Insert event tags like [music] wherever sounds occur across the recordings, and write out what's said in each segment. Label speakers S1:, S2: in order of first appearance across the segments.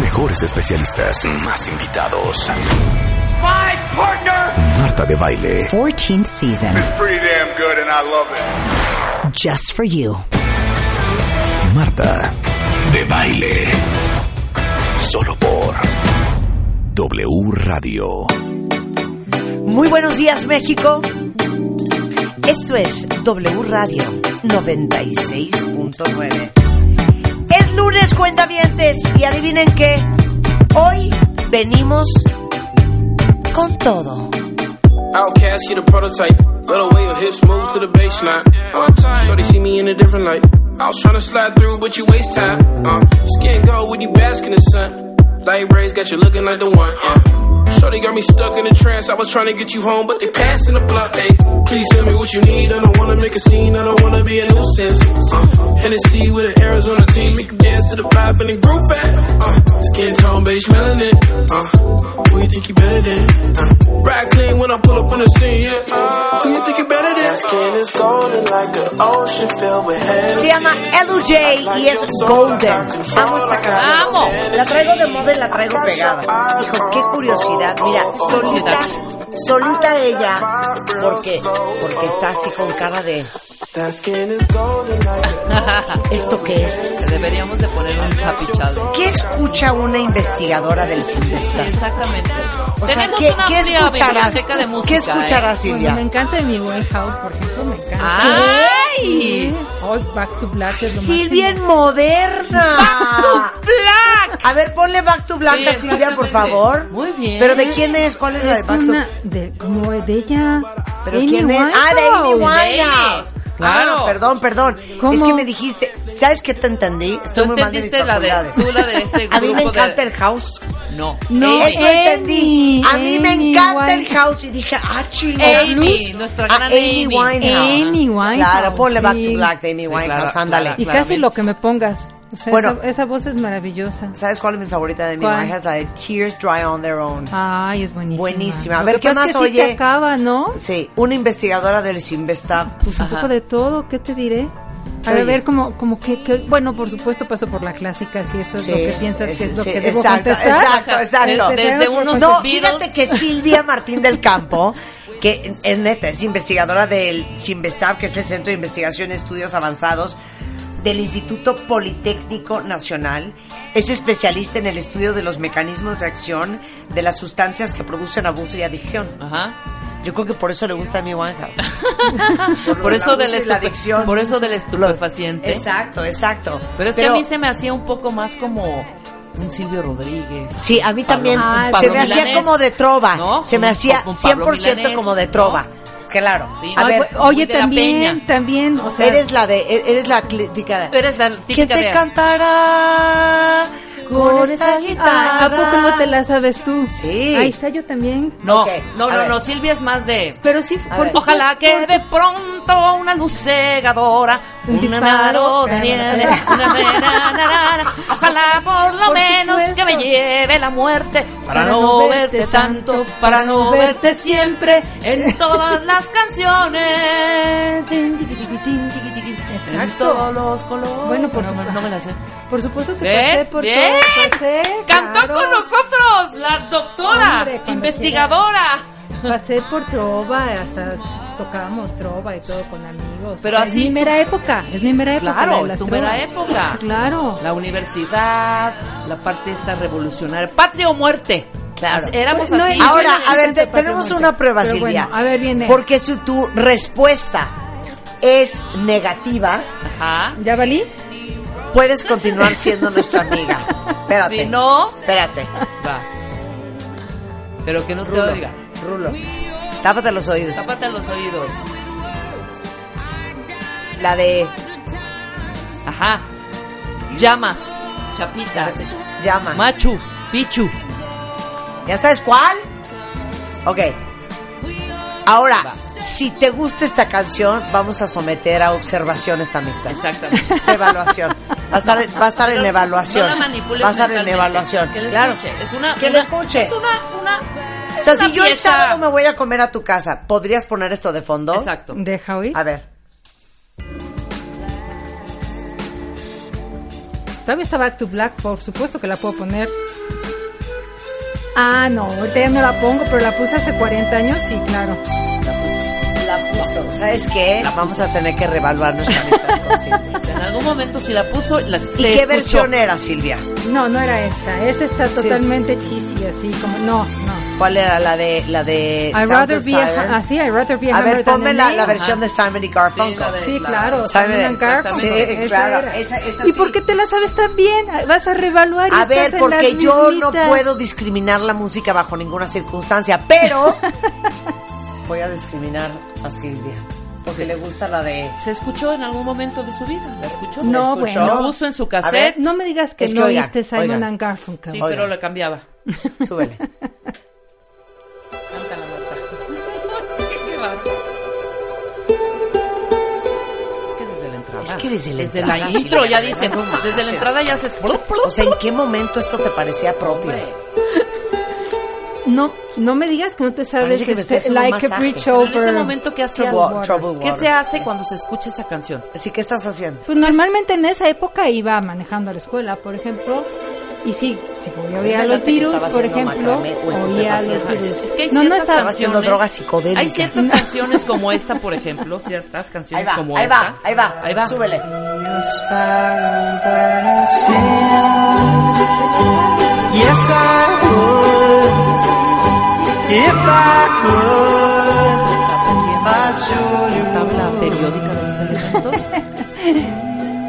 S1: Mejores especialistas. Más invitados. Marta de Baile.
S2: 14th season.
S3: pretty damn good and I love it.
S2: Just for you.
S1: Marta de Baile. Solo por W Radio.
S4: Muy buenos días, México. Esto es W Radio 96.9. Es lunes, cuentavientes, y adivinen qué. Hoy venimos con todo.
S5: Outcast, she the prototype. Little way of hips move to the baseline. Uh, so they see me in a different light. I was tryna slide through, but you waste time. Uh, skin gold with you bask in the sun. Light rays got you looking like the one. Uh, so they got me stuck in a trance. I was tryna get you home, but they passing the blunt. Hey, please tell me what you need. I don't wanna make a scene. I don't wanna be a nuisance. Uh, Hennessy with an Arizona team. Make you dance to the vibe in the group at. Uh, skin tone, beige melanin. Uh, who you think you better than? Uh, ride clean when I pull up on the scene. Yeah. Uh, who you think you better than? skin is golden like an ocean filled with
S4: Se llama E- LJ y es Golden. Amo esta canción.
S6: Amo.
S4: La traigo de moda y la traigo pegada. Hijo, qué curiosidad. Mira, solita, solita ella, porque, porque está así con cara de esto que es.
S6: Deberíamos de poner un happy challenge.
S4: ¿Qué escucha una investigadora del
S6: Sí,
S4: silvestre?
S6: exactamente.
S4: O sea,
S6: Tenemos
S4: ¿qué,
S6: una
S4: qué
S6: amplia
S4: escucharás?
S6: biblioteca de música, ¿eh?
S4: ¿Qué escucharás,
S7: Bueno, me
S4: Silvia?
S7: encanta mi House, por ejemplo, me encanta.
S6: ¡Ay!
S7: Hoy Back to Black es lo
S4: Silvia en
S7: máximo.
S4: moderna.
S6: ¡Black!
S4: A ver, ponle Back to Black
S6: Sí,
S4: a Silvia, por
S6: exactamente.
S4: favor.
S7: Muy bien.
S4: ¿Pero de quién es? ¿Cuál es, la de
S7: Es
S4: Back to
S7: una de, como de ella.
S4: ¿Pero
S7: Amy
S4: quién es? Ah, de Amy
S7: Winehouse.
S4: Winehouse.
S6: Claro.
S4: Ah, perdón, perdón.
S7: ¿Cómo?
S4: Es que me dijiste, ¿sabes qué te entendí? Estoy
S6: Tú
S4: muy mal de mis
S6: entendiste la de-
S4: facultades.
S6: tú la de este
S4: A mí me
S6: grupo de-
S4: encanta el house.
S6: No.
S7: No,
S6: Amy.
S4: Eso entendí. A mí me
S7: Amy
S4: encanta el
S7: Winehouse.
S4: house y dije, ah, chinga.
S6: Amy,
S4: blues.
S6: nuestra
S4: Ah,
S6: gran
S4: Amy
S6: Amy.
S4: Winehouse.
S7: Amy Winehouse,
S4: Claro, ponle Back to
S7: sí.
S4: Black de Amy
S6: Sí,
S4: Winehouse,
S6: claro,
S4: ándale.
S7: Y
S6: claro.
S7: casi lo que me pongas. O sea,
S4: Bueno.
S7: esa, esa voz es maravillosa.
S4: ¿Sabes cuál es mi favorita de Amy
S7: ¿Cuál? Ah.
S4: Winehouse? La de Tears Dry on Their Own.
S7: Ay, es buenísima.
S4: Buenísima. A
S7: Lo
S4: ver,
S7: que
S4: ¿qué
S7: pasa
S4: más
S7: es que sí te
S4: oye?
S7: acaba, ¿no?
S4: Sí, una investigadora del Simvesta.
S7: Pues un
S6: Ajá.
S7: poco de todo, ¿qué te diré?
S4: ¿Qué
S7: A ver,
S4: oyes?
S7: como, como que, que- bueno, por supuesto paso por la clásica, si eso es
S4: Sí,
S7: lo que piensas
S4: es-
S7: que es lo
S4: sí,
S7: que debo
S4: exacto,
S7: contestar. Este,
S4: exacto, exacto.
S7: Te
S6: Desde
S7: tengo que
S6: unos
S7: contestar.
S4: No,
S6: Los
S4: fíjate
S6: Beatles.
S4: [laughs] que Silvia Martín del Campo, que es neta, es investigadora del Chimbestav, que es el Centro de Investigación y Estudios Avanzados del Instituto Politécnico Nacional, es especialista en el estudio de los mecanismos de acción de las sustancias que producen abuso y adicción.
S6: Ajá.
S4: Yo creo que por eso le gusta a mi Winehouse.
S6: [laughs] Por,
S4: lo
S6: eso del
S4: abuso y la
S6: estupe-
S4: adicción.
S6: por eso del estupefaciente.
S4: Exacto, exacto.
S6: Pero es que a mí se me hacía un poco más como un Silvio Rodríguez.
S4: Sí, a mí también.
S6: Pablo- un
S7: Ah,
S4: se
S6: Pablo
S4: me hacía
S6: Milanés.
S4: como de trova.
S6: ¿No?
S4: Se me
S6: Un-
S4: hacía
S6: un Pablo
S4: 100% como de
S6: Milanés,
S4: trova. Claro.
S6: Sí,
S4: a
S6: no,
S4: ver,
S6: fue-
S7: pues, Oye,
S6: Muy de la
S7: también,
S6: Peña.
S7: también, o sea,
S4: eres la de. e-, Eres la crítica.
S6: Pero es la
S4: ¿Quién
S6: típica
S4: te
S6: de-
S4: cantará con esta guitarra?
S7: Ah, ¿A poco no te la sabes tú?
S4: Sí.
S7: Ahí está yo también.
S6: No,
S4: Ok,
S6: no,
S4: a
S6: no,
S4: ver.
S6: no, Silvia es más de...
S7: Pero
S4: A
S7: sí, por
S4: ver.
S7: supuesto.
S6: Ojalá que de pronto una luz cegadora,
S7: Un
S6: un
S7: disparo.
S6: disparo de nieve, una na, na, na, na. Ojalá por lo
S7: Por
S6: menos que me
S7: supuesto.
S6: lleve la muerte para, no, verte tanto, para no verte siempre en todas las canciones. Tin, tiqui, tiqui, tin, tiqui, tiqui. En
S7: Exacto.
S6: todos los colores.
S7: Bueno, por
S6: no,
S7: supuesto.
S6: no me la sé.
S7: Por supuesto que
S6: ¿Ves?
S7: pasé por
S6: Bien.
S7: todo, pasé,
S6: Cantó
S7: claro.
S6: con nosotros la doctora,
S7: Hombre, cuando
S6: investigadora.
S7: Pasé por trova hasta tocábamos trova y todo con amigos.
S6: Pero
S7: O sea,
S6: así
S7: es mi
S6: tú-
S7: mera época, es mi mera época. la
S6: Claro,
S7: de las
S6: es tu mera
S7: trovas.
S6: época.
S7: Claro.
S6: La universidad, la parte esta revolucionaria. Patria o muerte.
S4: Claro.
S6: Éramos
S7: Pues No,
S6: así.
S7: y-
S4: Ahora,
S7: bueno,
S4: a ver,
S7: intento
S4: te- tenemos
S7: patrimonio.
S4: una prueba,
S7: Pero
S4: Silvia.
S7: bueno, a ver, viene.
S4: Porque si tu respuesta es negativa,
S6: Ajá.
S7: ¿Ya valí?
S4: puedes continuar siendo
S6: [laughs]
S4: nuestra amiga. Espérate.
S6: Si no,
S4: Espérate.
S6: va. Pero que no te
S4: Rulo.
S6: oiga.
S4: Rulo. Tápate los oídos.
S6: Tápate los oídos.
S4: La de
S6: Ajá. Llamas. Chapitas.
S4: llama.
S6: Machu. Pichu.
S4: ¿Ya sabes cuál? Ok. Ahora, si te gusta esta canción, vamos a someter a observación esta amistad.
S6: Exactamente.
S4: Esta [laughs] evaluación. Va a estar, va a estar en
S6: No,
S4: evaluación.
S6: No la manipules
S4: va a estar en
S6: mentalmente.
S4: evaluación.
S6: Que la
S4: claro.
S6: escuche. Es una,
S4: Que la
S6: una-
S4: escuche.
S6: Es una, una,
S4: O sea,
S6: es una
S4: si yo el
S6: pieza.
S4: sábado me voy a comer a tu casa, ¿podrías poner esto de fondo?
S6: Exacto.
S7: Deja oír.
S4: A ver.
S7: Todavía está Back to Black, por supuesto que la puedo poner. Ah, no, ahorita ya no la pongo, pero la puse hace 40 años, sí, claro.
S4: La puso. ¿Sabes qué? Vamos a tener que reevaluar nuestra amistad
S6: [laughs]
S4: con Silvia.
S6: En algún momento si la puso, la
S4: ¿Y
S6: se
S4: qué
S6: escuchó.
S4: versión era, Silvia?
S7: No, no era esta. Esta está totalmente cheesy, así como. No, no.
S4: ¿Cuál era la de la de
S7: I'd
S4: Sounds
S7: rather
S4: Eh, of
S7: be a,
S4: Silence?
S7: así, I'd rather be a
S4: A ver,
S7: hammer than a
S4: ponme la,
S7: nail.
S4: la versión de Simon y Garfunkel.
S6: la de-
S7: Ah, Sí, claro,
S4: Simon
S7: Simon
S4: and
S7: and Garfunkel,
S4: Garfunkel. Sí,
S7: esa
S4: claro,
S7: era.
S4: esa- esa
S7: ¿Y
S4: sí.
S7: por qué te la sabes tan bien? Vas a reevaluar y
S4: A
S7: estás
S4: ver,
S7: en
S4: porque
S7: las
S4: yo no
S7: mismitas.
S4: puedo discriminar la música bajo ninguna circunstancia,
S7: [laughs]
S4: pero voy a discriminar a Silvia porque le gusta la
S7: [laughs]
S4: de
S6: Se escuchó en algún momento de su vida. ¿La escuchó?
S7: No,
S6: ¿La escuchó?
S7: bueno.
S6: La puso en su
S4: A ver.
S6: cassette.
S7: No me digas que
S4: Es que
S7: no
S4: oigan,
S7: oíste Simon
S4: oigan.
S7: and Garfunkel.
S6: Sí,
S4: Oiga.
S6: pero la cambiaba.
S4: súbele.
S6: Cántala, Marta.
S4: [laughs]
S6: Qué barba. Es que desde la entrada.
S4: Es que desde la
S6: Desde
S4: entrada,
S6: la
S4: sí,
S6: intro
S4: la
S6: ya
S4: verdad,
S6: dicen.
S4: no manches.
S6: desde la entrada ya haces.
S4: O sea, ¿en qué momento esto te parecía propio?
S6: Hombre.
S7: No, no me digas que no te sabes
S4: Parece que me
S7: este,
S4: estás haciendo un
S7: like a
S4: masaje.
S7: bridge
S6: Pero
S7: over.
S6: en ese momento, ¿qué hacías?
S4: Trouble Water. Trouble
S6: ¿Qué
S4: Water.
S6: se hace cuando se escucha esa canción?
S4: Así que estás haciendo.
S7: Pues normalmente en esa época iba manejando a la escuela, por ejemplo, y sí, sí, como yo oía
S4: Imagínate
S7: los
S4: que
S7: virus,
S4: estaba
S7: por
S4: haciendo
S7: ejemplo,
S4: macramé o
S7: oía los
S4: estupefacientes.
S7: virus.
S6: Es que hay
S7: no, no
S6: ciertas
S7: estaba.
S6: canciones-
S4: haciendo drogas psicodélicas.
S6: Hay
S4: [laughs]
S6: ciertas canciones como esta, por ejemplo, ciertas
S4: Ahí
S6: canciones
S4: va,
S6: como
S4: ahí
S6: esta.
S4: va, ahí va,
S6: Ahí va.
S4: súbele.
S8: Yes, I would. If I could, I surely
S6: Tabla periódica de los [laughs] elementos.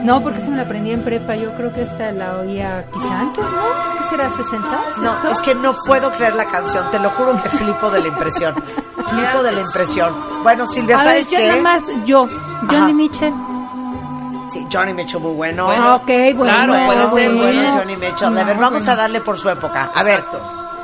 S7: No, porque se me la aprendí en prepa, yo creo que esta la oía quizá antes, ¿no? ¿Qué será? ¿60?
S4: No, es que no puedo creer la canción, te lo juro que flipo de la
S6: [laughs]
S4: impresión. Flipo de la impresión. Bueno, Silvia,
S7: A ver,
S4: ¿sabes
S7: yo
S4: qué?
S7: nada más, yo,
S4: Ajá.
S7: Johnny Mitchell.
S4: Sí, Johnny Mitchell, muy bueno.
S7: Ah, ok, bueno.
S6: Claro, puede ser,
S4: muy
S7: bueno.
S4: bueno, Johnny Mitchell. A ver,
S7: pues No,
S4: vamos
S7: bueno.
S4: a darle por su época. A ver,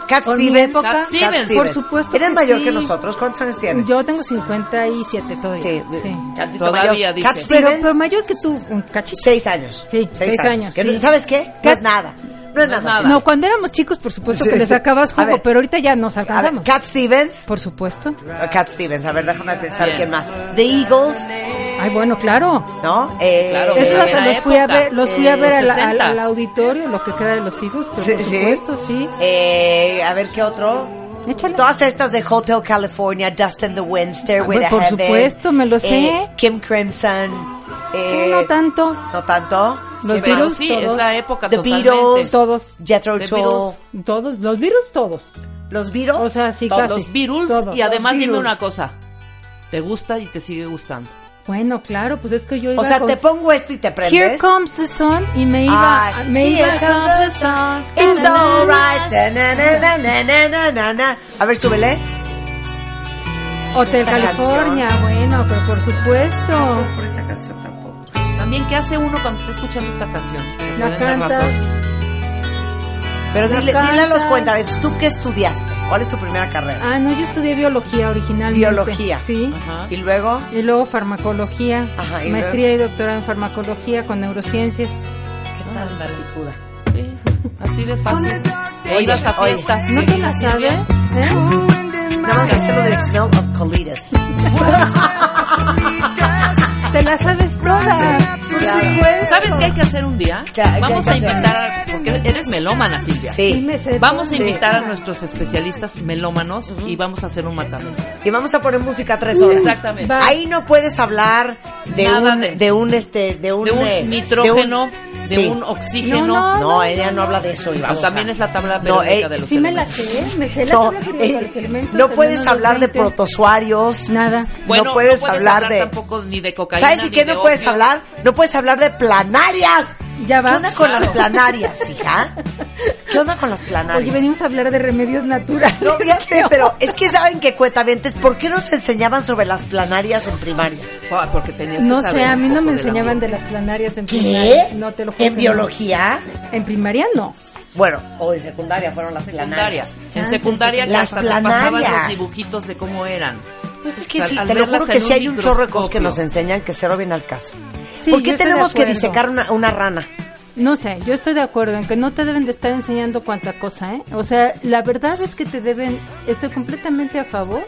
S4: Cat
S7: Por mi
S4: Stevens.
S7: época,
S4: Cat
S6: Stevens, por
S7: supuesto
S4: Eres
S7: que
S4: mayor
S7: sí.
S4: que nosotros. ¿Cuántos años tienes?
S7: Yo tengo 57 todavía.
S4: Sí,
S7: Sí.
S4: tantito
S6: Todavía
S4: mayor.
S6: dice. Pero-
S4: Cat
S7: Pero,
S4: Stevens,
S7: pero mayor que tú, un cachito.
S4: seis años.
S7: Sí, seis años,
S4: Que
S7: sí.
S4: no- ¿Sabes qué? No
S7: Cat-
S4: es nada. No es nada.
S6: nada.
S4: sí.
S7: No, cuando éramos chicos, por supuesto
S4: Sí,
S7: que le
S4: sí.
S7: sacabas
S4: A
S7: jugo,
S4: ver.
S7: pero ahorita ya nos
S4: A ver,
S7: alcanzamos.
S4: Cat Stevens.
S7: Por supuesto.
S4: o Cat Stevens, a ver, déjame pensar
S6: Bien.
S4: quién más. The Eagles,
S7: Ay, bueno, claro.
S4: ¿no? Eh,
S6: Claro,
S7: Eso
S6: Eh,
S7: hasta
S6: era
S7: los fui a
S6: época,
S7: ver, los fui a
S6: eh,
S7: ver al- al,
S6: 60s.
S7: al auditorio, lo que queda de los hijos, pero por supuesto, sí.
S4: Eh, a ver, ¿qué otro?
S7: Échale.
S4: Todas estas de Hotel California, Dust in the Wind, Stairway
S7: Ah,
S4: to
S7: por
S4: Heaven.
S7: supuesto, me lo sé.
S4: eh, Kim Crimson. eh,
S7: no tanto.
S4: no tanto.
S7: Los
S6: Pero
S7: virus,
S6: sí,
S7: todos.
S6: es la época
S4: The
S6: totalmente.
S4: Beatles.
S7: Todos.
S4: Jethro
S6: The
S4: Tull.
S6: Beatles.
S7: Todos, los virus, todos.
S4: Los Beatles.
S7: O sea, sí,
S4: Todos.
S7: casi.
S6: Los virus
S7: Todos.
S6: y además
S4: Los
S6: dime
S4: virus.
S6: una cosa. Te gusta y te sigue gustando.
S7: Bueno, claro, pues es que yo iba
S4: O sea,
S7: con-
S4: te pongo esto y te prendes.
S7: Here comes the sun y me iba,
S4: Ay,
S7: me
S4: here
S7: iba
S4: comes the
S7: sun.
S4: It's alright. Na, na, na, na, na, na, na, na. A ver, súbele.
S7: Hotel
S4: Esta
S7: California, bueno, pero por supuesto.
S4: Por esta canción tampoco.
S6: También, ¿qué hace uno cuando está escuchando esta canción?
S7: La
S6: Me dan
S7: cantas.
S6: razón.
S4: Pero
S7: La
S4: dile, dile a los
S7: cantas.
S4: cuentavientes, ¿tú qué estudiaste? ¿Cuál es tu primera carrera?
S7: Ah, no, yo estudié biología originalmente.
S4: Biología.
S7: Sí.
S6: Ajá.
S4: Y luego,
S7: Y luego farmacología,
S4: Ajá, y
S7: maestría y doctorado en farmacología con neurociencias.
S6: Ándale.
S4: Cuda.
S6: Sí, así de fácil. E
S4: Oye,
S6: ibas a
S4: oye.
S6: fiestas.
S7: ¿No te la
S6: Sí,
S7: sabes?
S6: bien.
S7: ¿Eh?
S4: Nada más este lo de
S6: [laughs]
S4: Smell of Colitis.
S7: Te la sabes toda.
S6: ¿Sabes qué hay que hacer un día?
S4: Ya,
S6: Vamos
S4: ya,
S6: a
S4: ya.
S6: invitar, a- porque eres melómana, Silvia.
S4: Sí.
S7: me sé
S6: Vamos a
S7: todo.
S6: invitar a nuestros especialistas melómanos y vamos a hacer un matamesa.
S4: Y vamos a poner música tres horas.
S6: Exactamente.
S7: Va.
S4: Ahí no puedes hablar de
S6: Nada
S4: un
S6: de-
S4: de, un este de un
S6: De
S4: eh,
S6: un
S4: de
S6: nitrógeno,
S4: un-
S6: de
S4: sí.
S6: un oxígeno.
S7: No,
S4: No, ella no habla de eso.
S6: Ah,
S4: Iván, o sea,
S6: también es la tabla
S4: No,
S6: periódica
S4: eh,
S6: de los
S7: Sí me la
S6: elementos.
S7: sé, me sé la
S4: no,
S7: tabla
S4: eh,
S7: periódica del elemento,
S4: no
S7: del
S4: puedes
S7: menos
S4: hablar de
S7: 20.
S4: protozoarios.
S7: Nada.
S6: Bueno,
S4: no puedes hablar de-
S6: tampoco ni de cocaína.
S4: ¿Sabes y
S6: ni
S4: qué
S6: de
S4: no puedes
S6: opio.
S4: hablar? No puedes hablar de planarias.
S7: Ya va.
S4: ¿Qué onda con las
S6: Claro.
S4: planarias, hija? ¿Qué onda con las
S7: Ah, Oye,
S4: planarias?
S7: venimos a hablar de remedios naturales. [laughs]
S4: No, ya sé, pero es que saben que cuentamientos, ¿por qué nos enseaban sobre las planarias en primaria?
S6: Ah, porque tenías
S7: No
S6: que saber
S7: sé, a mí
S6: un
S7: no
S6: poco
S7: me
S6: del
S7: enseñaban de
S6: ambiente.
S7: las planarias en
S4: ¿Qué?
S7: primaria. No te lo juro.
S4: ¿En
S7: que no.
S4: biología?
S7: En primaria no.
S4: Bueno, o en secundaria fueron las planarias.
S6: secundarias. En
S7: Chances.
S6: secundaria que
S4: Las
S6: hasta te pasaban los
S4: planarias.
S6: dibujitos de cómo eran.
S4: Pues es que
S6: Al-
S4: sí,
S6: al
S4: te lo
S6: verlas
S4: juro
S6: en
S4: que sí
S6: un
S4: hay un chorro de cosas
S6: microscopio.
S4: que nos enseñan que cero viene al caso.
S7: Sí,
S4: ¿Por
S7: yo
S4: qué
S7: estoy de
S4: tenemos que
S7: acuerdo.
S4: disecar una, una rana?
S7: No sé, yo estoy de acuerdo en que no te deben de estar enseñando cuánta cosa, ¿eh? O sea, la verdad es que te deben, estoy completamente a favor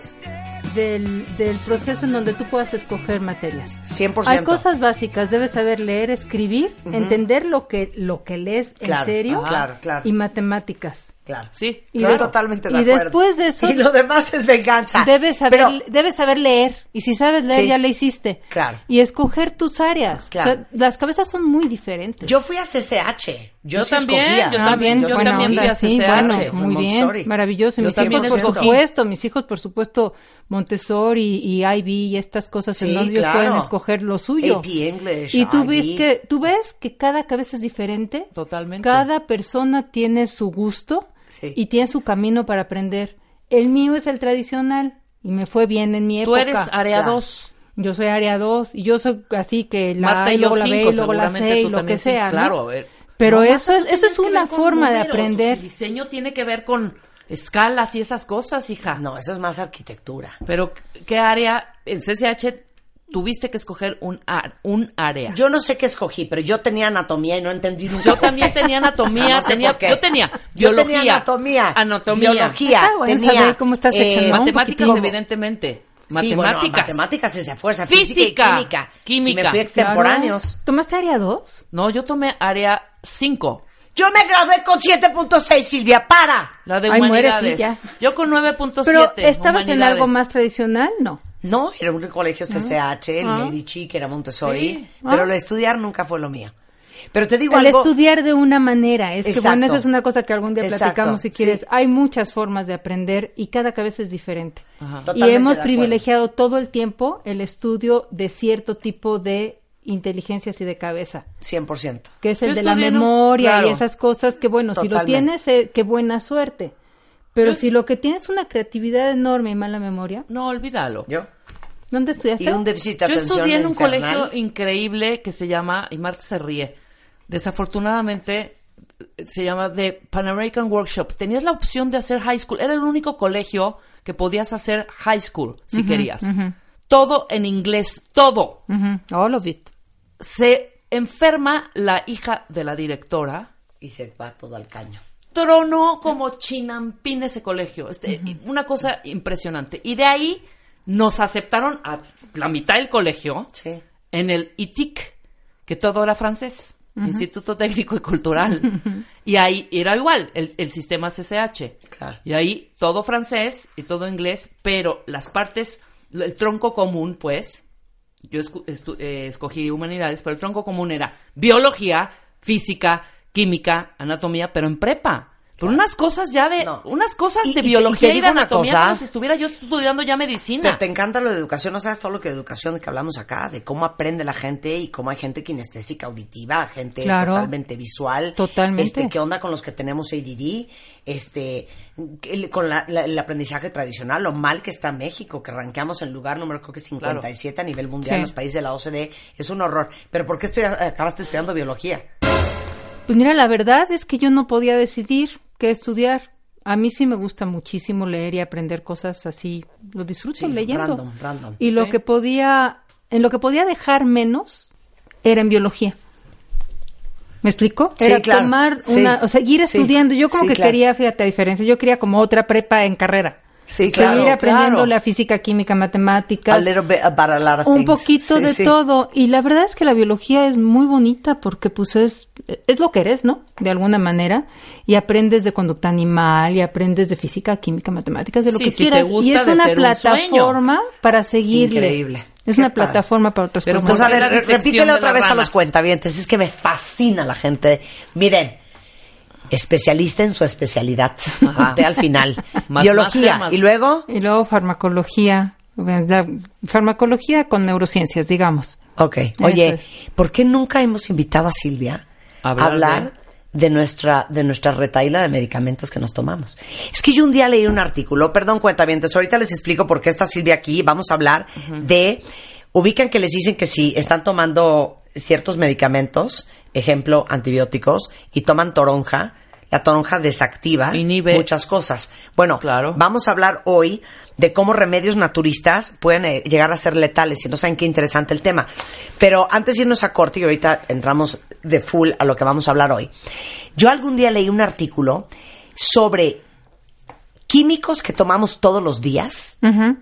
S7: del, del proceso en donde tú puedas escoger materias.
S4: 100%.
S7: Hay cosas básicas, debes saber leer, escribir, entender lo que lo que lees
S4: Claro,
S7: en serio
S4: ajá, claro, claro.
S7: y matemáticas.
S4: Claro.
S6: Sí.
S7: Y
S4: Estoy
S7: de-
S4: totalmente de
S7: y
S4: acuerdo.
S7: después de eso-
S4: Y lo demás es venganza.
S7: Debes saber,
S4: Pero-
S7: debes saber leer y si sabes leer
S4: Sí.
S7: ya le hiciste.
S4: Claro.
S7: Y escoger tus áreas.
S4: Claro.
S7: O sea, las cabezas son muy diferentes.
S4: Yo fui a CCH. Yo,
S6: Yo
S4: sí
S6: también,
S4: escogía.
S6: yo también, yo
S7: buena
S6: también
S7: onda,
S6: fui a
S7: Ah, sí,
S6: CCH,
S7: bueno,
S6: fue
S7: muy bien,
S4: Montessori.
S7: maravilloso.
S6: Yo
S7: Mis
S6: también
S7: hijos, por
S6: escogí.
S7: supuesto, mis hijos, por supuesto, Montessori y IB y estas cosas
S4: Sí,
S7: en donde ellos
S4: claro.
S7: pueden escoger lo suyo.
S4: AP English,
S7: y tú ves
S4: IB.
S7: que tú ves que cada cabeza es diferente.
S6: Totalmente.
S7: Cada persona tiene su gusto
S4: Sí.
S7: y tiene su camino para aprender. El mío es el tradicional y me fue bien en mi
S6: Tú
S7: época.
S6: eres área
S4: Claro.
S6: 2.
S7: Yo soy área 2 y yo soy así que la
S6: Marta
S7: A
S6: y
S7: y
S6: yo
S7: luego la B
S6: cinco,
S7: y luego la
S6: seguramente
S7: C y
S6: tú
S7: lo
S6: también
S7: que
S6: sí,
S7: sea. ¿no?
S6: claro, a ver.
S7: Pero
S6: No,
S7: eso
S4: pues,
S6: Marta,
S7: es, eso es
S6: tienes que
S7: una
S6: ver con
S7: forma de
S6: números,
S7: aprender.
S6: tu diseño tiene que ver con escalas y esas cosas, hija.
S4: No, eso es más arquitectura.
S6: Pero, ¿qué área en CCH tuviste que escoger un, ar- un área?
S4: Yo no sé qué escogí, pero yo tenía anatomía y no entendí nunca.
S6: Yo
S4: por qué.
S6: también tenía anatomía,
S4: O sea, no sé
S6: tenía-
S4: por qué.
S6: yo tenía
S4: Yo tenía
S6: biología,
S4: anatomía,
S6: anatomía.
S4: biología,
S7: Está bueno
S4: tenía, eh,
S7: saber cómo estás seccionado, ¿no? Un
S6: matemáticas,
S7: poquitito.
S6: evidentemente.
S4: Sí, bueno,
S6: Matemáticas.
S4: matemáticas es a fuerza.
S6: Física,
S4: Física. y química.
S6: química.
S4: Sí, me fui a extemporáneos.
S7: Claro. ¿Tomaste área 2?
S6: No, yo tomé área 5,
S4: Yo me gradué con 7.6, Silvia, para.
S6: la de
S7: Ay, muere,
S6: humanidades.
S7: sí, ya.
S6: Yo con 9.7.
S7: Pero estabas en
S6: humanidades.
S7: algo más tradicional, ¿no.
S4: No, era un colegio CCH, el
S7: Ah.
S4: Medici, que era Montessori,
S6: Sí.
S4: pero
S7: Ah.
S4: lo de estudiar nunca fue lo mío. Pero te digo
S7: El
S4: algo,
S7: estudiar de una manera, es que
S4: Exacto.
S7: bueno, esa es una cosa que algún día
S4: Exacto,
S7: platicamos si
S4: sí.
S7: quieres. Hay muchas formas de aprender y cada cabeza es diferente.
S6: Ajá.
S4: Totalmente
S7: y hemos
S4: de acuerdo.
S7: privilegiado todo el tiempo el estudio de cierto tipo de inteligencias y de cabeza.
S4: 100%.
S7: que es
S6: Yo
S7: el de la
S6: estudié en un-
S7: memoria
S6: claro.
S7: y esas cosas que bueno, si lo
S4: Totalmente.
S7: tienes, eh, qué buena suerte. Pero
S6: Yo-
S7: si lo que tienes es una creatividad enorme y mala memoria,
S6: No, olvídalo.
S4: ¿Yo?
S7: ¿dónde
S4: Y
S7: estudiaste?
S4: un déficit de
S6: Yo
S4: atención
S6: estudié en un
S4: infernal.
S6: colegio increíble que se llama, y Marta se ríe, desafortunadamente se llama The Pan American Workshop. Tenías la opción de hacer high school. Era el único colegio que podías hacer high school si querías. Todo en inglés, todo.
S7: Ujú,
S4: Oh,
S7: All of it.
S6: Se enferma la hija de la directora.
S4: Y se va todo al caño.
S6: Tronó como chinampín ese colegio. Este, Una cosa impresionante. Y de ahí nos aceptaron a la mitad del colegio
S4: Sí.
S6: en el ITIC, que todo era francés, Instituto Técnico y
S4: [laughs]
S6: Cultural. Y ahí era igual, el, el sistema CCH.
S4: Claro.
S6: Y ahí todo francés y todo inglés, pero las partes, l- el tronco común, pues, yo escu- estu- eh, escogí humanidades, pero el tronco común era biología, física, química, anatomía, pero en prepa. Por unas cosas ya de,
S4: No.
S6: unas cosas
S4: Y-
S6: de
S4: y te- y
S6: biología
S4: te
S6: y, de
S4: digo una
S6: anatomía,
S4: cosa.
S6: como si estuviera yo estudiando ya medicina.
S4: Pero te encanta lo de educación, no sabes todo lo que de educación que hablamos acá, de cómo aprende la gente y cómo hay gente kinestésica auditiva, gente
S7: Claro.
S4: totalmente visual.
S7: Totalmente.
S4: Este, qué onda con los que tenemos ADD, este, el- con la- la- el aprendizaje tradicional, lo mal que está México, que ranqueamos en lugar número creo que 57 a nivel mundial
S7: Sí.
S4: en los países de la OCDE, es un horror. Pero ¿por qué estoy, acabaste estudiando biología?
S7: Pues mira, la verdad es que yo no podía decidir qué estudiar. A mí sí me gusta muchísimo leer y aprender cosas así. Lo disfruto
S4: Sí,
S7: leyendo.
S4: random, random.
S7: Y lo que podía, en lo que podía dejar menos era en biología. ¿Me explico?
S4: Sí,
S7: era
S4: claro.
S7: tomar
S4: Sí,
S7: una, o sea, ir
S4: sí,
S7: estudiando. Yo como
S4: sí,
S7: que
S4: claro.
S7: quería, fíjate, a diferencia, yo quería como otra prepa en carrera.
S4: Sí,
S7: seguir
S4: claro,
S7: aprendiendo
S4: claro.
S7: la física, química, matemáticas,
S4: A little bit about a lot of
S7: un
S4: things.
S7: poquito
S4: Sí,
S7: de
S4: sí.
S7: todo. Y la verdad es que la biología es muy bonita porque pues es, es lo que eres, ¿no? De alguna manera. Y aprendes de conducta animal y aprendes de física, química, matemáticas, de lo
S6: Sí,
S7: que
S6: si te
S7: quieras.
S6: gusta
S7: y es
S6: de
S7: una
S6: ser un sueño.
S7: plataforma para seguirle.
S4: Increíble.
S7: Es
S4: Qué
S7: una
S4: padre.
S7: plataforma para otras
S6: Pero
S7: cosas.
S4: Entonces, Pues a ver,
S6: Una
S4: re-
S6: disección de
S4: repítele otra
S6: las
S4: vez a
S6: ranas.
S4: los cuentavientes. Es que me fascina la gente. Miren, especialista en su especialidad. Ve al final.
S6: Más-
S4: Biología.
S6: más temas.
S4: y luego,
S7: Y luego farmacología, bueno, la farmacología con neurociencias, digamos.
S4: ok.
S7: Eso
S4: Oye,
S7: es.
S4: ¿por qué nunca hemos invitado a Silvia a
S6: Hablar
S4: hablar, de... nuestra de nuestra retaíla de medicamentos que nos tomamos? Es que yo un día leí un artículo, perdón, cuentavientes, ahorita les explico por qué está Silvia aquí. Vamos a hablar de, ubican que les dicen que si están tomando ciertos medicamentos, ejemplo, antibióticos, y toman toronja, la toronja desactiva
S6: Inhibe.
S4: muchas cosas. Bueno,
S6: Claro.
S4: vamos a hablar hoy de cómo remedios naturistas pueden eh, llegar a ser letales. Si no saben qué interesante el tema. Pero antes de irnos a corte, y ahorita entramos de full a lo que vamos a hablar hoy. Yo algún día leí un artículo sobre químicos que tomamos todos los días
S7: Ujú.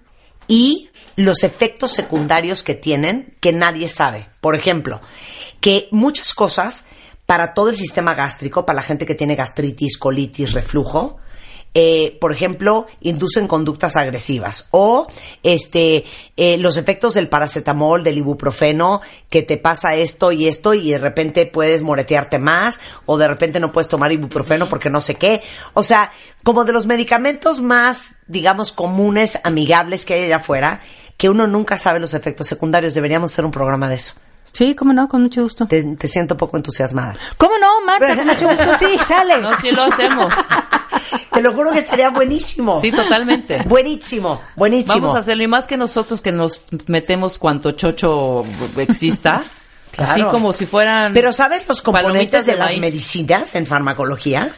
S4: y los efectos secundarios que tienen que nadie sabe. Por ejemplo, que muchas cosas para todo el sistema gástrico, para la gente que tiene gastritis, colitis, reflujo, eh, por ejemplo, inducen conductas agresivas o este eh, los efectos del paracetamol, del ibuprofeno, que te pasa esto y esto y de repente puedes moretearte más o de repente no puedes tomar ibuprofeno porque no sé qué. O sea, como de los medicamentos más, digamos, comunes, amigables que hay allá afuera, que uno nunca sabe los efectos secundarios. Deberíamos hacer un programa de eso.
S7: Sí, cómo no, con mucho gusto.
S4: Te, te siento
S6: [laughs]
S4: poco entusiasmada.
S7: ¿Cómo no, Marta? Con mucho
S4: [laughs]
S7: gusto, sí, sale.
S6: No, sí lo hacemos.
S4: Te lo juro que estaría buenísimo.
S6: Sí, totalmente.
S4: Buenísimo, buenísimo.
S6: Vamos a hacerlo, y más que nosotros que nos metemos cuanto chocho exista,
S4: [laughs] Claro.
S6: así como si fueran...
S4: Pero ¿sabes los componentes
S6: palomitas
S4: de, las
S6: maíz.
S4: medicinas en farmacología?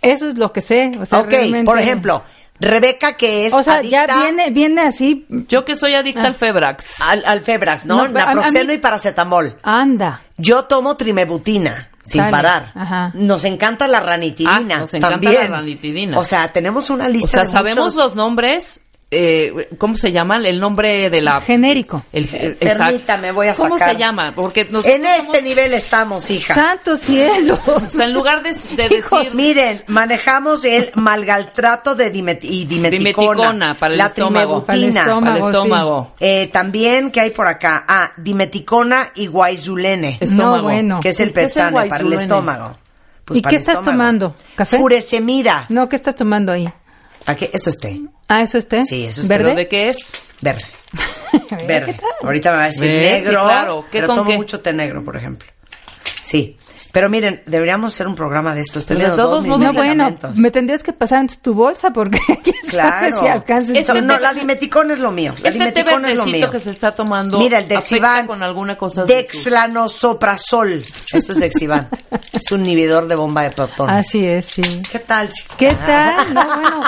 S7: Eso es lo que sé. O sea,
S4: ok,
S7: realmente-
S4: por ejemplo, Rebeca que es
S7: O sea,
S4: adicta
S7: ya viene, viene así.
S6: Yo que soy
S4: Ah.
S6: adicta al Febrax.
S4: al, al Febrax, ¿no?
S7: No, pero a- a
S4: Naproxeno
S7: mí-
S4: y paracetamol.
S7: Anda.
S4: Yo tomo trimebutina sin
S7: Sale,
S4: parar.
S7: ajá.
S4: Nos encanta la ranitidina
S6: Ah, nos encanta
S4: también.
S6: la ranitidina.
S4: O sea, tenemos una
S6: O
S4: lista
S6: sea,
S4: de
S6: sabemos
S4: muchos-
S6: los nombres, eh, ¿cómo se llaman? El nombre de la...
S7: Genérico.
S6: el- el- exacto.
S4: Eh, Permítame, voy a
S6: ¿Cómo
S4: sacar.
S6: se llama? Porque nos,
S4: En este nivel estamos, hija.
S7: Santo cielo.
S6: [laughs] o sea, en lugar de, de
S4: [laughs] Hijos,
S6: decir...
S4: miren, manejamos el malgaltrato de dimet y dimeticona,
S6: Dimeticona para el
S7: [laughs]
S4: la
S6: estómago.
S4: trimebutina,
S7: Para el
S6: Para el
S7: estómago, sí.
S6: estómago.
S4: Eh, también, ¿qué hay por acá? Ah, dimeticona y guaizulene,
S6: Estómago.
S7: No, bueno.
S4: que es el
S6: ¿Qué es el
S4: pezane para el
S6: guaizulene?
S4: estómago. Pues
S7: ¿Y
S4: para
S7: qué
S4: el
S7: estás tomando? ¿Café? Mm.
S4: Furesemida.
S7: No, ¿qué estás tomando ahí?
S4: ¿A qué? Eso es té.
S7: Ah, ¿eso es té?
S4: Sí, eso es té.
S6: ¿Pero
S7: ¿Verde?
S6: de qué es?
S7: [laughs]
S4: Verde. Verde. Ahorita me va a decir
S6: ¿Ves? Sí,
S4: negro.
S6: claro. ¿Qué
S4: pero
S6: con
S4: tomo
S6: qué?
S4: mucho té negro, por ejemplo. Sí. Pero miren, deberíamos hacer un programa de esto. Estoy
S6: De
S4: viendo
S6: todos
S4: todos mis
S6: modos,
S7: No, bueno,
S4: medicamentos.
S7: me tendrías que pasar antes tu bolsa porque [laughs] quién sabe
S4: [laughs] Claro.
S7: si alcances.
S6: Este
S4: No,
S6: té-
S4: no, la dimeticona es lo mío. La
S6: Este té
S4: dimeticona es lo
S6: verdecito
S4: mío.
S6: que se está tomando
S4: Mira, el Dexivan.
S6: afecta con alguna cosa de sus-
S4: Dexlanosoprazol. Esto es
S7: [laughs]
S4: Dexivan. es un inhibidor de bomba de protón.
S7: Así es, sí.
S4: ¿Qué tal, chica?
S7: ¿Qué tal? No, bueno,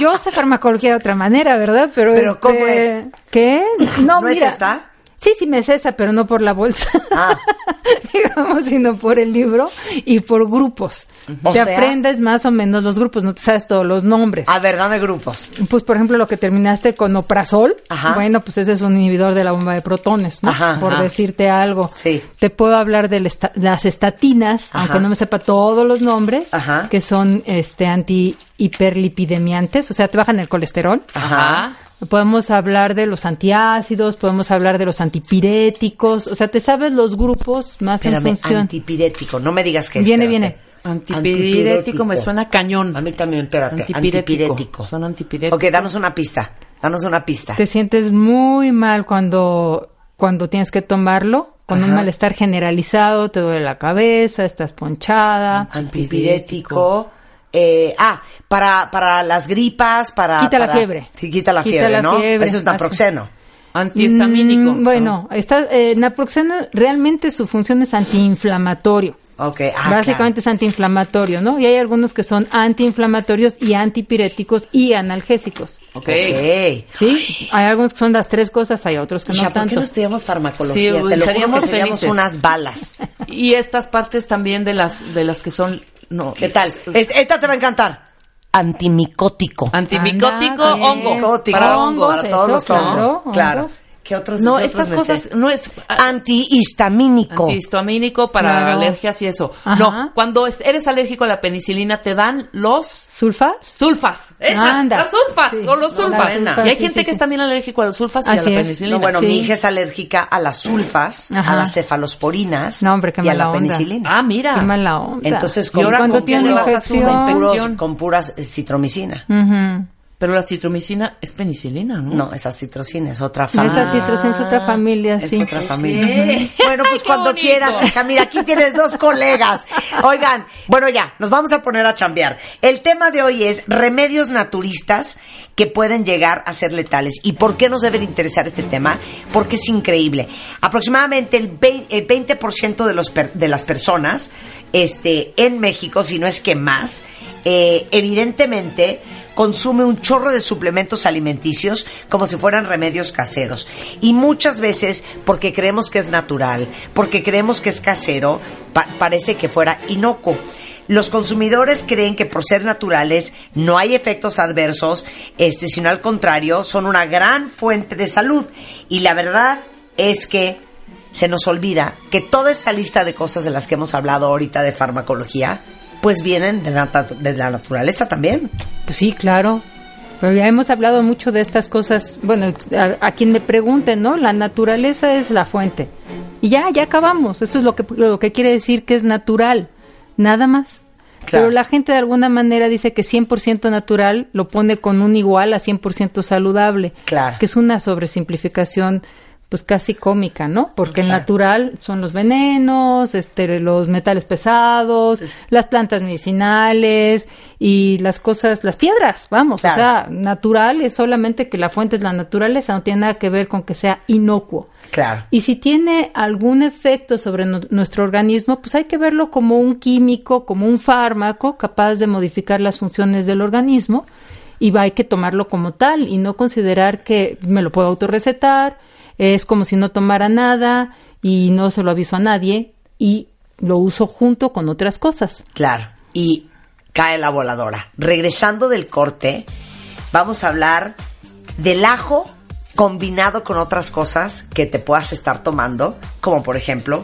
S7: yo sé farmacología de otra manera, ¿verdad? Pero, este,
S4: Pero, ¿cómo es?
S7: ¿Qué? No,
S4: ¿No es
S7: mira.
S4: esta?
S7: Sí, sí me es esa, pero no por la bolsa.
S4: Ah.
S7: [laughs] Digamos, sino por el libro y por grupos.
S4: O
S7: te
S4: sea-
S7: aprendes más o menos los grupos, no te sabes todos los nombres.
S4: A ver, dame grupos.
S7: Pues, por ejemplo, lo que terminaste con oprazol,
S4: Ajá.
S7: bueno, pues ese es un inhibidor de la bomba de protones, ¿no?
S4: Ajá,
S7: por
S4: ajá.
S7: decirte algo.
S4: Sí.
S7: Te puedo hablar de las estatinas,
S4: Ajá.
S7: aunque no me sepa todos los nombres,
S4: Ajá.
S7: que son este antihiperlipidemiantes, o sea, te bajan el colesterol.
S4: Ajá.
S7: Podemos hablar de los antiácidos, podemos hablar de los antipiréticos, o sea, te sabes los grupos más
S4: Espérame,
S7: en función.
S4: antipirético. No me digas que es.
S7: Viene,
S4: espérate.
S7: viene.
S6: Antipirético me suena cañón.
S4: A mí también, espérate. Antipirético.
S6: Son antipiréticos.
S4: Ok, danos una pista. Danos una pista.
S7: [laughs] Te sientes muy mal cuando, cuando tienes que tomarlo, con un
S4: Ajá.
S7: malestar generalizado, te duele la cabeza, estás ponchada.
S4: Ah, Antipirético. eh, ah, para, para las gripas, para...
S7: Quita la
S4: para-
S7: fiebre.
S4: Sí, quita la
S7: Quita
S4: fiebre,
S7: la
S4: ¿no?
S7: fiebre,
S4: Eso es
S7: así.
S4: naproxeno.
S6: Antihistamínico.
S7: Mm, bueno, está, eh, naproxeno realmente su función es antiinflamatorio.
S4: Ok, ah,
S7: Básicamente es antiinflamatorio, ¿no? Y hay algunos que son antiinflamatorios y antipiréticos y analgésicos.
S6: Ok.
S4: claro. Ok.
S7: ¿Sí? Hay algunos que son las tres cosas, hay otros que
S4: Hija,
S7: no
S4: ¿por qué
S7: tanto.
S4: no estudiamos
S6: Sí,
S4: farmacología? Te lo juro
S6: estaríamos
S4: que seríamos
S6: felices.
S4: unas
S6: [laughs]
S4: balas.
S6: Y estas partes también de las de las que son no.
S4: ¿Qué tal?
S6: es-
S4: Es- Esta te va a encantar.
S9: antimicótico.
S6: Antimicótico,
S9: Ándale.
S6: hongo. Para hongos.
S4: para todos los hongos. Claro. ¿Qué otros
S6: No,
S4: qué otros
S6: estas
S4: me
S6: cosas
S4: sé?
S6: no es
S9: Antihistamínico.
S6: antihistamínico para
S9: Claro.
S6: alergias y eso.
S9: Ajá.
S6: No, cuando es- eres alérgico a la penicilina te dan los
S7: sulfas.
S6: Sulfas, esa,
S7: Anda.
S6: las sulfas
S7: Sí,
S6: o los
S7: no,
S6: sulfas.
S7: las sulfas,
S6: y hay
S7: sí,
S6: gente
S7: sí,
S6: que
S7: sí.
S6: es también alérgico a los sulfas y a
S7: Así
S6: la
S7: es.
S6: penicilina.
S4: No, bueno,
S7: Sí.
S4: mi hija es alérgica a las sulfas,
S7: Ajá.
S4: a las cefalosporinas
S7: No, hombre, qué
S4: y a
S7: mala
S4: la
S7: onda.
S4: penicilina.
S6: Ah, mira.
S7: Qué mala onda.
S4: Entonces,
S7: y ahora
S4: con-
S7: cuando
S4: con-
S7: tiene
S4: con-
S7: infección.
S4: Con, puros-
S6: infección.
S4: con puras eh, citromicina.
S7: Ujú.
S6: Pero la citromicina es penicilina, ¿no?
S4: No, esa citrocina es otra
S7: No es
S4: familia.
S7: así, pero es otra familia,
S4: Ah, Es
S7: sí.
S4: otra familia. [laughs] Bueno, pues
S6: Qué
S4: cuando
S6: bonito.
S4: quieras, hija. Mira, aquí tienes dos colegas. Oigan, bueno, ya, nos vamos a poner a chambear. El tema de hoy es remedios naturistas que pueden llegar a ser letales. ¿Y por qué nos debe de interesar este tema? Porque es increíble. Aproximadamente el vei- el 20% de, los per- de las personas este, en México, si no es que más, eh, evidentemente consume un chorro de suplementos alimenticios como si fueran remedios caseros. Y muchas veces, porque creemos que es natural, porque creemos que es casero, pa- parece que fuera inocuo. Los consumidores creen que por ser naturales no hay efectos adversos, este, sino al contrario, son una gran fuente de salud. Y la verdad es que se nos olvida que toda esta lista de cosas de las que hemos hablado ahorita de farmacología, pues vienen de la natu- de la naturaleza también.
S7: Pues sí, claro. Pero ya hemos hablado mucho de estas cosas. Bueno, a, a quien me pregunten, ¿no? La naturaleza es la fuente. Y ya, ya acabamos. Esto es lo que, lo que quiere decir que es natural. Nada más.
S4: Claro.
S7: Pero la gente de alguna manera dice que 100% natural lo pone con un igual a 100% saludable.
S4: Claro.
S7: Que es una sobresimplificación pues casi cómica, ¿no? Porque el
S4: Claro.
S7: natural son los venenos, este, los metales pesados, las plantas medicinales y las cosas, las piedras, vamos,
S4: Claro.
S7: o sea, natural es solamente que la fuente es la naturaleza, no tiene nada que ver con que sea inocuo.
S4: Claro.
S7: Y si tiene algún efecto sobre nu- nuestro organismo, pues hay que verlo como un químico, como un fármaco capaz de modificar las funciones del organismo y va, hay que tomarlo como tal y no considerar que me lo puedo autorrecetar, es como si no tomara nada y no se lo aviso a nadie y lo uso junto con otras cosas.
S4: Claro. Y cae la voladora. Regresando del corte, vamos a hablar del ajo combinado con otras cosas que te puedas estar tomando, como por ejemplo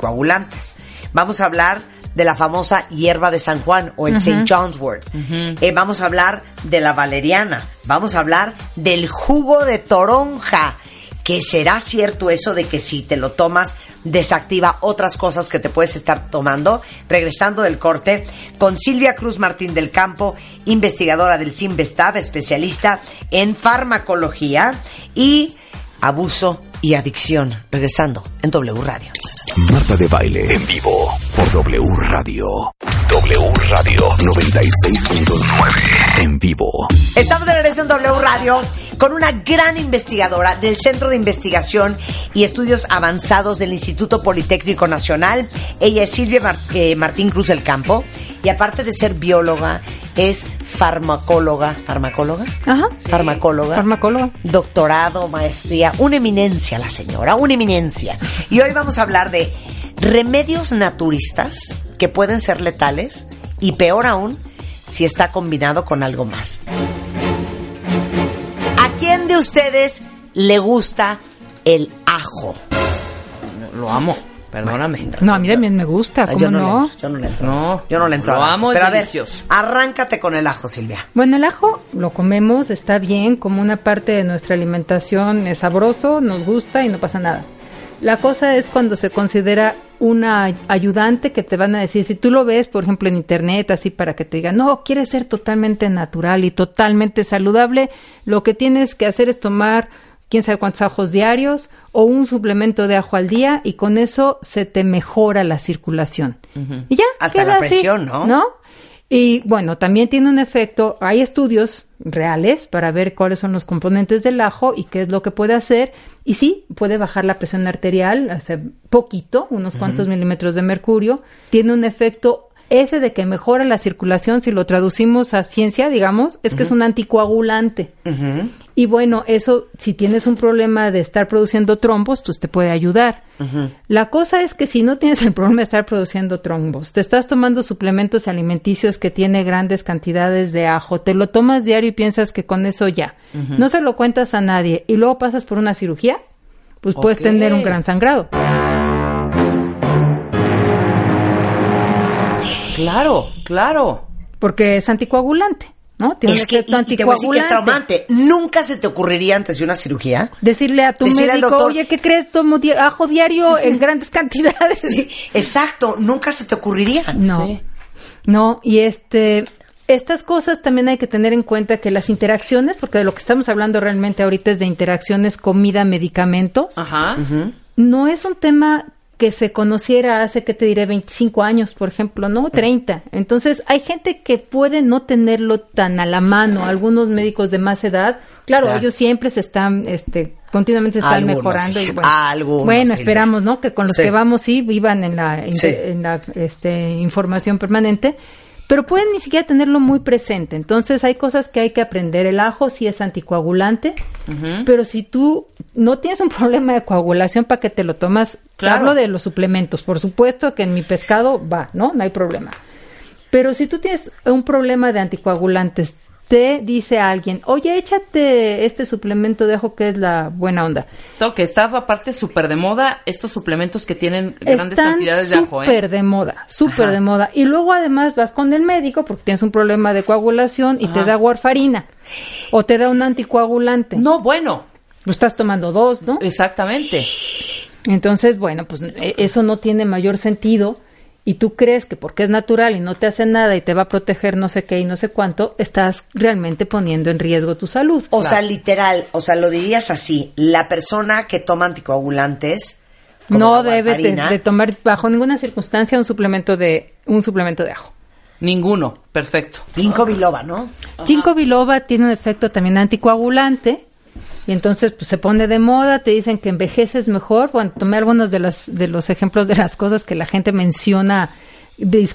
S4: anticoagulantes. Vamos a hablar de la famosa hierba de San Juan o el St. John's Wort. Eh, vamos a hablar de la valeriana. Vamos a hablar del jugo de toronja. que será cierto eso de que si te lo tomas desactiva otras cosas que te puedes estar tomando. Regresando del corte, con Silvia Cruz Martín del Campo, investigadora del CIMBESTAB, especialista en farmacología y abuso y adicción. Regresando en W Radio.
S1: Marta de Baile en vivo por W Radio. W Radio 96.9 en vivo.
S4: Estamos de regreso en W Radio con una gran investigadora del Centro de Investigación y Estudios Avanzados del Instituto Politécnico Nacional. Ella es Silvia Mar- eh, Martín Cruz del Campo y aparte de ser bióloga, es farmacóloga. ¿Farmacóloga?
S7: Ajá.
S4: Farmacóloga.
S7: Farmacólogo.
S4: Doctorado, maestría, una eminencia la señora, una eminencia. Y hoy vamos a hablar de remedios naturistas que pueden ser letales y peor aún si está combinado con algo más. ¿A quién de ustedes le gusta el ajo?
S6: Lo amo, perdóname.
S7: No, a mí también me gusta,
S4: Ay,
S7: Ah, ¿cómo
S4: Ah, yo no,
S7: no?
S4: le entro, yo no le entro.
S6: No.
S4: yo no le entro.
S6: Lo
S4: al ajo.
S6: amo, es
S4: Pero a ver,
S6: delicioso.
S4: arráncate con el ajo, Silvia.
S7: Bueno, el ajo lo comemos, está bien, como una parte de nuestra alimentación es sabroso, nos gusta y no pasa nada. La cosa es cuando se considera una ay- ayudante que te van a decir, si tú lo ves, por ejemplo, en internet, así para que te digan, no, quieres ser totalmente natural y totalmente saludable, lo que tienes que hacer es tomar quién sabe cuántos ajos diarios o un suplemento de ajo al día y con eso se te mejora la circulación. Y ya,
S4: Hasta la
S7: queda así,
S4: presión, ¿no?
S7: ¿No? Y bueno, también tiene un efecto, hay estudios reales para ver cuáles son los componentes del ajo y qué es lo que puede hacer. Y sí, puede bajar la presión arterial, o sea, poquito, unos cuantos milímetros de mercurio. Tiene un efecto Ese de que mejora la circulación, si lo traducimos a ciencia, digamos, es que es un anticoagulante.
S4: Ujú.
S7: Y bueno, eso, si tienes un problema de estar produciendo trombos, pues te puede ayudar.
S4: Ujú.
S7: La cosa es que si no tienes el problema de estar produciendo trombos, te estás tomando suplementos alimenticios que tiene grandes cantidades de ajo, te lo tomas diario y piensas que con eso ya,
S10: Ujú.
S7: no se lo cuentas a nadie y luego pasas por una cirugía, pues puedes
S10: Ok.
S7: tener un gran sangrado.
S6: Claro, claro.
S7: Porque es anticoagulante, ¿no? Tiene
S4: Es
S7: un
S4: que, y,
S7: efecto
S4: y te voy a decir que es
S7: anticoagulante.
S4: traumante. Nunca se te ocurriría antes de una cirugía.
S7: Decirle a tu
S4: Decirle al
S7: médico,
S4: doctor-
S7: oye, ¿qué crees? Tomo di-
S4: [laughs]
S7: ajo diario en grandes cantidades.
S4: exacto, nunca se te ocurriría.
S7: No. No, y este estas cosas también hay que tener en cuenta que las interacciones, porque de lo que estamos hablando realmente ahorita es de interacciones comida, medicamentos,
S4: Ah.
S6: Ajá.
S7: no es un tema que se conociera hace, que te diré, 25 años, por ejemplo,
S4: Mm.
S7: ¿no? 30. Entonces, hay gente que puede no tenerlo tan a la mano. Algunos médicos de más edad, claro,
S4: Claro.
S7: ellos siempre se están, este, continuamente se están
S4: Algunos,
S7: mejorando. Y
S4: hija,
S7: bueno,
S4: algunos,
S7: bueno,
S4: Silvia.
S7: esperamos, ¿no? Que con los
S4: Sí.
S7: que vamos, sí, vivan en la, inte-
S4: Sí.
S7: en la este, información permanente. Pero pueden ni siquiera tenerlo muy presente. Entonces, hay cosas que hay que aprender. El ajo sí es anticoagulante. Pero si tú no tienes un [laughs] problema de coagulación para que te lo tomas,
S6: Claro.
S7: hablo de los suplementos, por supuesto que en mi pescado va, ¿no? No hay problema. Pero si tú tienes un problema de anticoagulantes, te dice alguien, oye, échate este suplemento de ajo que es la buena onda.
S6: Todo que estaba aparte súper de moda estos suplementos que tienen grandes
S7: Están
S6: cantidades de ajo,
S7: súper
S6: ¿eh?
S7: de moda, súper de moda. Y luego además vas con el médico porque tienes un problema de coagulación y
S6: Ajá.
S7: te da warfarina o te da un anticoagulante.
S6: No, bueno.
S7: Lo estás tomando dos, ¿no?
S6: Exactamente.
S7: Entonces, bueno, pues e- eso no tiene mayor sentido y tú crees que porque es natural y no te hace nada y te va a proteger no sé qué y no sé cuánto, estás realmente poniendo en riesgo tu salud.
S4: O sea, literal, o sea, lo dirías así, la persona que toma anticoagulantes como
S7: no
S4: la
S7: debe de,
S4: warfarina,
S7: de tomar bajo ninguna circunstancia un suplemento de un suplemento de ajo.
S6: Ninguno. Perfecto.
S4: Ginkgo biloba, ¿no?
S7: Ginkgo biloba tiene un efecto también anticoagulante y entonces pues, se pone de moda, te dicen que envejeces mejor. Bueno, tomé algunos de los, de los ejemplos de las cosas que la gente menciona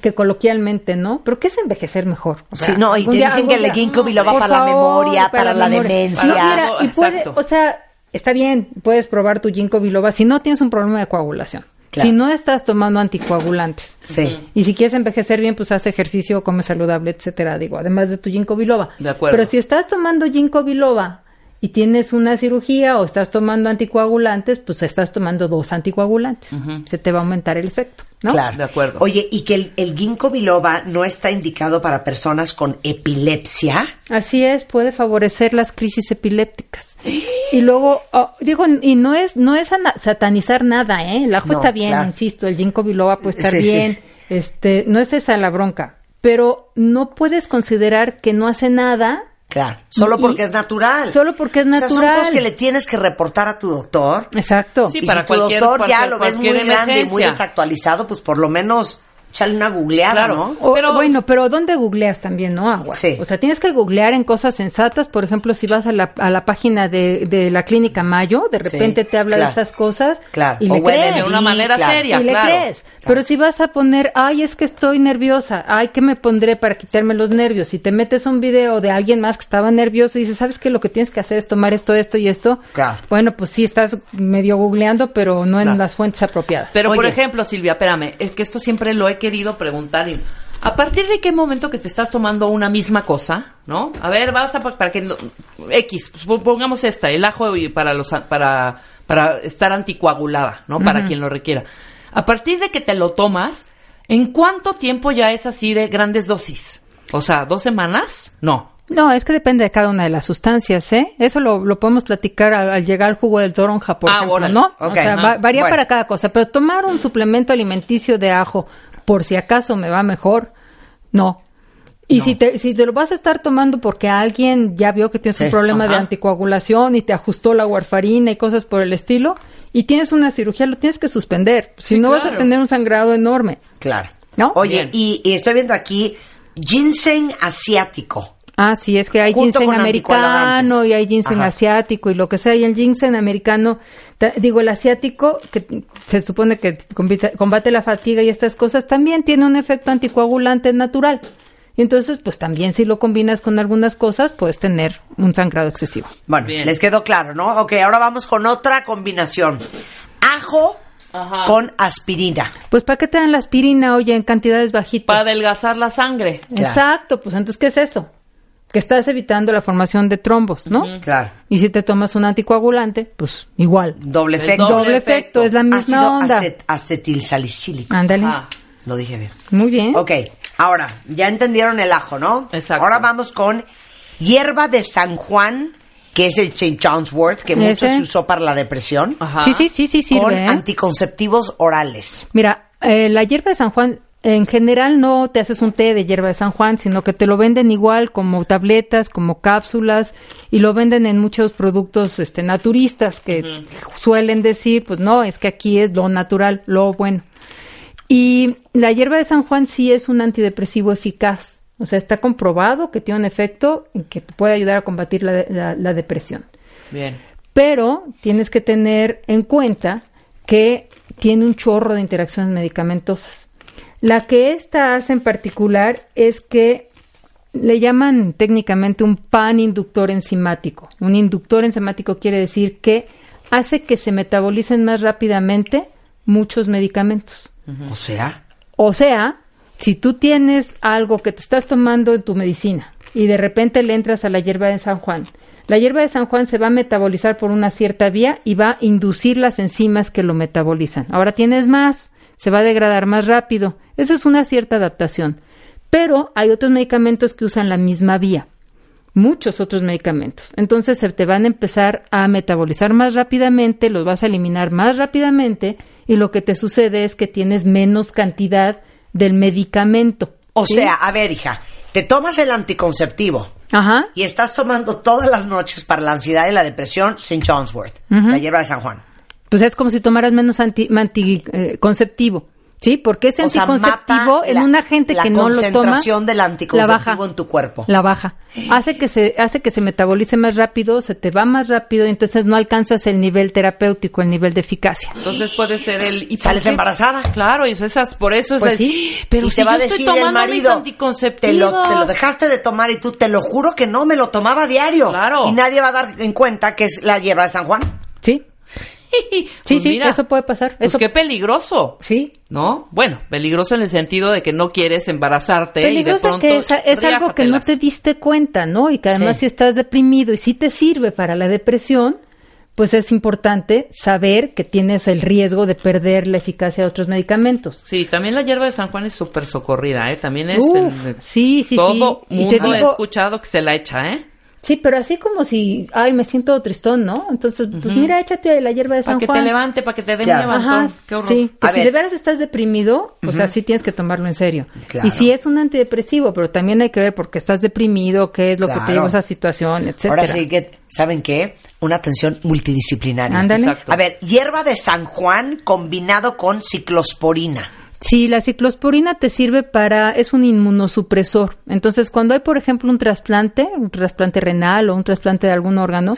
S7: que coloquialmente, ¿no? ¿Pero qué es envejecer mejor? O
S4: Sí, no, y
S7: un
S4: te
S7: día-
S4: dicen
S7: algún
S4: que el
S7: día-
S4: ginkgo biloba
S7: Por
S4: para la
S7: favor,
S4: memoria, para la
S7: memoria.
S4: demencia.
S7: No, mira, y puede-
S4: Exacto.
S7: o sea, está bien, puedes probar tu ginkgo biloba si no tienes un problema de coagulación.
S4: Claro.
S7: Si no estás tomando anticoagulantes.
S4: Sí.
S7: Y si quieres envejecer bien, pues haz ejercicio, come saludable, etcétera, digo, además de tu ginkgo biloba.
S6: De acuerdo.
S7: Pero si estás tomando ginkgo biloba y tienes una cirugía o estás tomando anticoagulantes, pues estás tomando dos anticoagulantes. Se te va a aumentar el efecto, ¿no?
S4: Claro. De acuerdo. Oye, y que el, el ginkgo biloba no está indicado para personas con epilepsia.
S7: Así es, puede favorecer las crisis epilépticas. Y luego, oh, digo, y no es no es ana- satanizar nada, ¿eh? El ajo
S10: No,
S7: está bien,
S10: claro.
S7: insisto, el ginkgo biloba puede estar
S10: Sí, sí,
S7: bien,
S10: sí.
S7: este, no es esa la bronca, pero no puedes considerar que no hace nada
S4: Claro. Solo
S7: Y-
S4: porque es natural.
S7: solo porque es
S4: O sea, son cosas
S7: natural.
S4: que le tienes que reportar a tu doctor.
S7: Exacto.
S6: Sí,
S4: y
S6: para
S4: si tu
S6: cualquier-
S4: doctor ya
S6: cualquier-
S4: lo ves muy
S6: cualquier
S4: grande y muy
S6: emergencia.
S4: desactualizado, pues por lo menos echale una googleada, ¿no?
S7: O- bueno, pero ¿dónde googleas también, no? Agua.
S4: Sí.
S7: O sea, tienes que googlear en cosas sensatas. Por ejemplo, si vas a la, a la página de, de la Clínica Mayo, de
S4: Sí,
S7: repente te habla
S4: claro.
S7: de estas cosas.
S4: Claro.
S7: Y
S4: O
S7: le
S4: WebMD,
S7: crees.
S4: De una manera claro. seria,
S7: Y le
S4: claro.
S7: crees. Pero si vas a poner, ay, es que estoy nerviosa, ay, ¿qué me pondré para quitarme los nervios? Si te metes un video de alguien más que estaba nervioso y dices, ¿sabes qué? Lo que tienes que hacer es tomar esto, esto y esto.
S6: Claro.
S7: Bueno, pues sí, estás medio googleando, pero no en
S6: Claro.
S7: las fuentes apropiadas.
S6: Pero, por ejemplo, Silvia, espérame, es que esto siempre lo he querido preguntar. y- ¿A partir de qué momento que te estás tomando una misma cosa, no? A ver, vas a... pa- Para que... lo- X, pues, po- pongamos esta, el ajo y para, los, an- para, para estar anticoagulada, ¿no? Para
S10: Ujú.
S6: quien lo requiera. A partir de que te lo tomas, ¿en cuánto tiempo ya es así de grandes dosis? O sea, ¿dos semanas? No.
S7: No, es que depende de cada una de las sustancias, ¿eh? Eso lo, lo podemos platicar al, al llegar al jugo del toronja, por
S6: Ah,
S7: ejemplo,
S6: órale.
S7: ¿no?
S6: Ok.
S7: O sea, va-
S6: Ah,
S7: varía
S6: bueno.
S7: para cada cosa. Pero tomar un suplemento alimenticio de ajo, por si acaso me va mejor, no. Y si, te, si te lo vas a estar tomando porque alguien ya vio que tienes
S10: Sí.
S7: un problema de
S10: Ajá.
S7: anticoagulación y te ajustó la warfarina y cosas por el estilo, y tienes una cirugía, lo tienes que suspender. Si no vas a
S4: claro.
S7: tener un sangrado enorme.
S4: Claro.
S7: ¿No?
S4: Oye, y, y estoy viendo aquí ginseng asiático.
S7: Ah, sí, es que hay
S4: Junto
S7: ginseng
S4: con
S7: americano
S4: anticoagulantes.
S7: y hay ginseng
S4: Ajá.
S7: asiático y lo que sea. Y el ginseng americano, ta- digo, el asiático, que se supone que combita- combate la fatiga y estas cosas, también tiene un efecto anticoagulante natural. Y entonces, pues también si lo combinas con algunas cosas, puedes tener un sangrado excesivo.
S4: Bueno, les quedó claro, ¿no? Ok, ahora vamos con otra combinación. Ajo con aspirina.
S7: Pues ¿para qué te dan la aspirina, oye, en cantidades bajitas?
S6: Para adelgazar la sangre.
S7: Exacto, pues entonces, ¿qué es eso? Que estás evitando la formación de trombos, ¿no?
S4: Claro.
S7: Y si te tomas un anticoagulante, pues igual.
S4: Doble
S7: El
S4: efecto.
S7: doble efecto, es la misma
S4: Ácido
S7: onda. Ah.
S4: acet- acetilsalicílico.
S7: Ándale.
S6: Ah,
S4: Lo dije bien.
S7: Muy bien.
S4: Ok, ahora, ya entendieron el ajo, ¿no? Exacto. Ahora vamos con hierba de San Juan, que es el St. John's Wort, que mucho
S7: Ese.
S4: se usó para la depresión.
S7: Sí, sí, sí, sí, sirve,
S4: Con
S7: ¿eh?
S4: anticonceptivos orales.
S7: Mira, eh, la hierba de San Juan, en general no te haces un té de hierba de San Juan, sino que te lo venden igual como tabletas, como cápsulas, y lo venden en muchos productos este, naturistas que suelen decir, pues no, es que aquí es lo natural, lo bueno. Y la hierba de San Juan sí es un antidepresivo eficaz. O sea, está comprobado que tiene un efecto que te puede ayudar a combatir la- la- la depresión
S6: Bien.
S7: pero tienes que tener en cuenta que tiene un chorro de interacciones medicamentosas. La que esta hace en particular es que le llaman técnicamente un pan inductor enzimático. Un inductor enzimático quiere decir que hace que se metabolicen más rápidamente muchos medicamentos.
S4: O sea,
S7: O sea, si tú tienes algo que te estás tomando en tu medicina y de repente le entras a la hierba de San Juan, la hierba de San Juan se va a metabolizar por una cierta vía y va a inducir las enzimas que lo metabolizan. Ahora tienes más, se va a degradar más rápido. Esa es una cierta adaptación. Pero hay otros medicamentos que usan la misma vía muchos otros medicamentos. Entonces se te van a empezar a metabolizar más rápidamente, los vas a eliminar más rápidamente y lo que te sucede es que tienes menos cantidad del medicamento.
S4: o
S7: ¿sí?
S4: sea, a ver, hija, te tomas el anticonceptivo
S7: Ajá.
S4: y estás tomando todas las noches para la ansiedad y la depresión St. John's Wort,
S7: Ujú.
S4: la hierba de San Juan.
S7: Pues es como si tomaras menos anticonceptivo. ¿Sí? Porque ese
S4: O sea,
S7: anticonceptivo
S4: mata
S7: en
S4: la-
S7: una gente
S4: la
S7: que no lo toma
S4: concentración del
S7: la
S4: anticonceptivo
S7: baja.
S4: en tu cuerpo.
S7: La baja. Hace que se hace que se metabolice más rápido, se te va más rápido y entonces no alcanzas el nivel terapéutico, el nivel de eficacia.
S6: Entonces puede ser el... ¿y por
S7: Sales
S6: qué?
S7: embarazada.
S6: Claro, y esas, por eso es
S7: Pues
S6: el-
S7: sí.
S6: Pero
S4: y
S6: si
S4: te
S6: yo
S4: va a
S6: estoy
S4: decir el
S6: tomando mis
S4: marido, te
S6: anticonceptivos. pues
S4: lo, te lo dejaste de tomar y tú te lo juro que no, me lo tomaba diario.
S6: Claro.
S4: Y nadie va a dar en cuenta que es la hierba de San Juan.
S6: [laughs]
S7: Sí. Sí, sí, eso puede pasar.
S6: Pues
S7: eso
S6: qué peligroso.
S7: Sí.
S6: ¿No? Bueno, peligroso en el sentido de que no quieres embarazarte
S7: peligroso
S6: y de pronto
S7: que es, es algo que no
S6: riájatelas.
S7: te diste cuenta, ¿no? Y que además
S6: Sí.
S7: si estás deprimido y si te sirve para la depresión, pues es importante saber que tienes el riesgo de perder la eficacia de otros medicamentos.
S6: Sí, también la hierba de San Juan es súper socorrida, ¿eh? También es...
S7: Uf,
S6: en-
S7: sí, sí,
S6: Todo
S7: sí. Y te
S6: mundo ha
S7: digo-
S6: escuchado que se la echa, ¿eh?
S7: Sí, pero así como si, ay, me siento tristón, ¿no? Entonces, pues mira, échate la hierba de
S6: Para
S7: San
S6: que
S7: Juan.
S6: te levante, para que te dé
S7: Ya.
S6: un levantón.
S7: Ajá,
S6: Qué horror.
S7: Sí, que
S6: A
S7: si
S6: ver.
S7: de veras estás deprimido, o sea,
S6: Ujú.
S7: sí tienes que tomarlo en serio.
S6: Claro.
S7: Y si es un antidepresivo, pero también hay que ver por qué estás deprimido, qué es lo que te
S4: Claro.
S7: lleva a esa situación, etcétera.
S4: Ahora sí que, ¿saben qué? Una atención multidisciplinaria.
S7: Ándale. Exacto.
S4: A ver, hierba de San Juan combinado con ciclosporina.
S7: Sí, la ciclosporina te sirve para, es un inmunosupresor. Entonces, cuando hay, por ejemplo, un trasplante, un trasplante renal o un trasplante de algún órgano,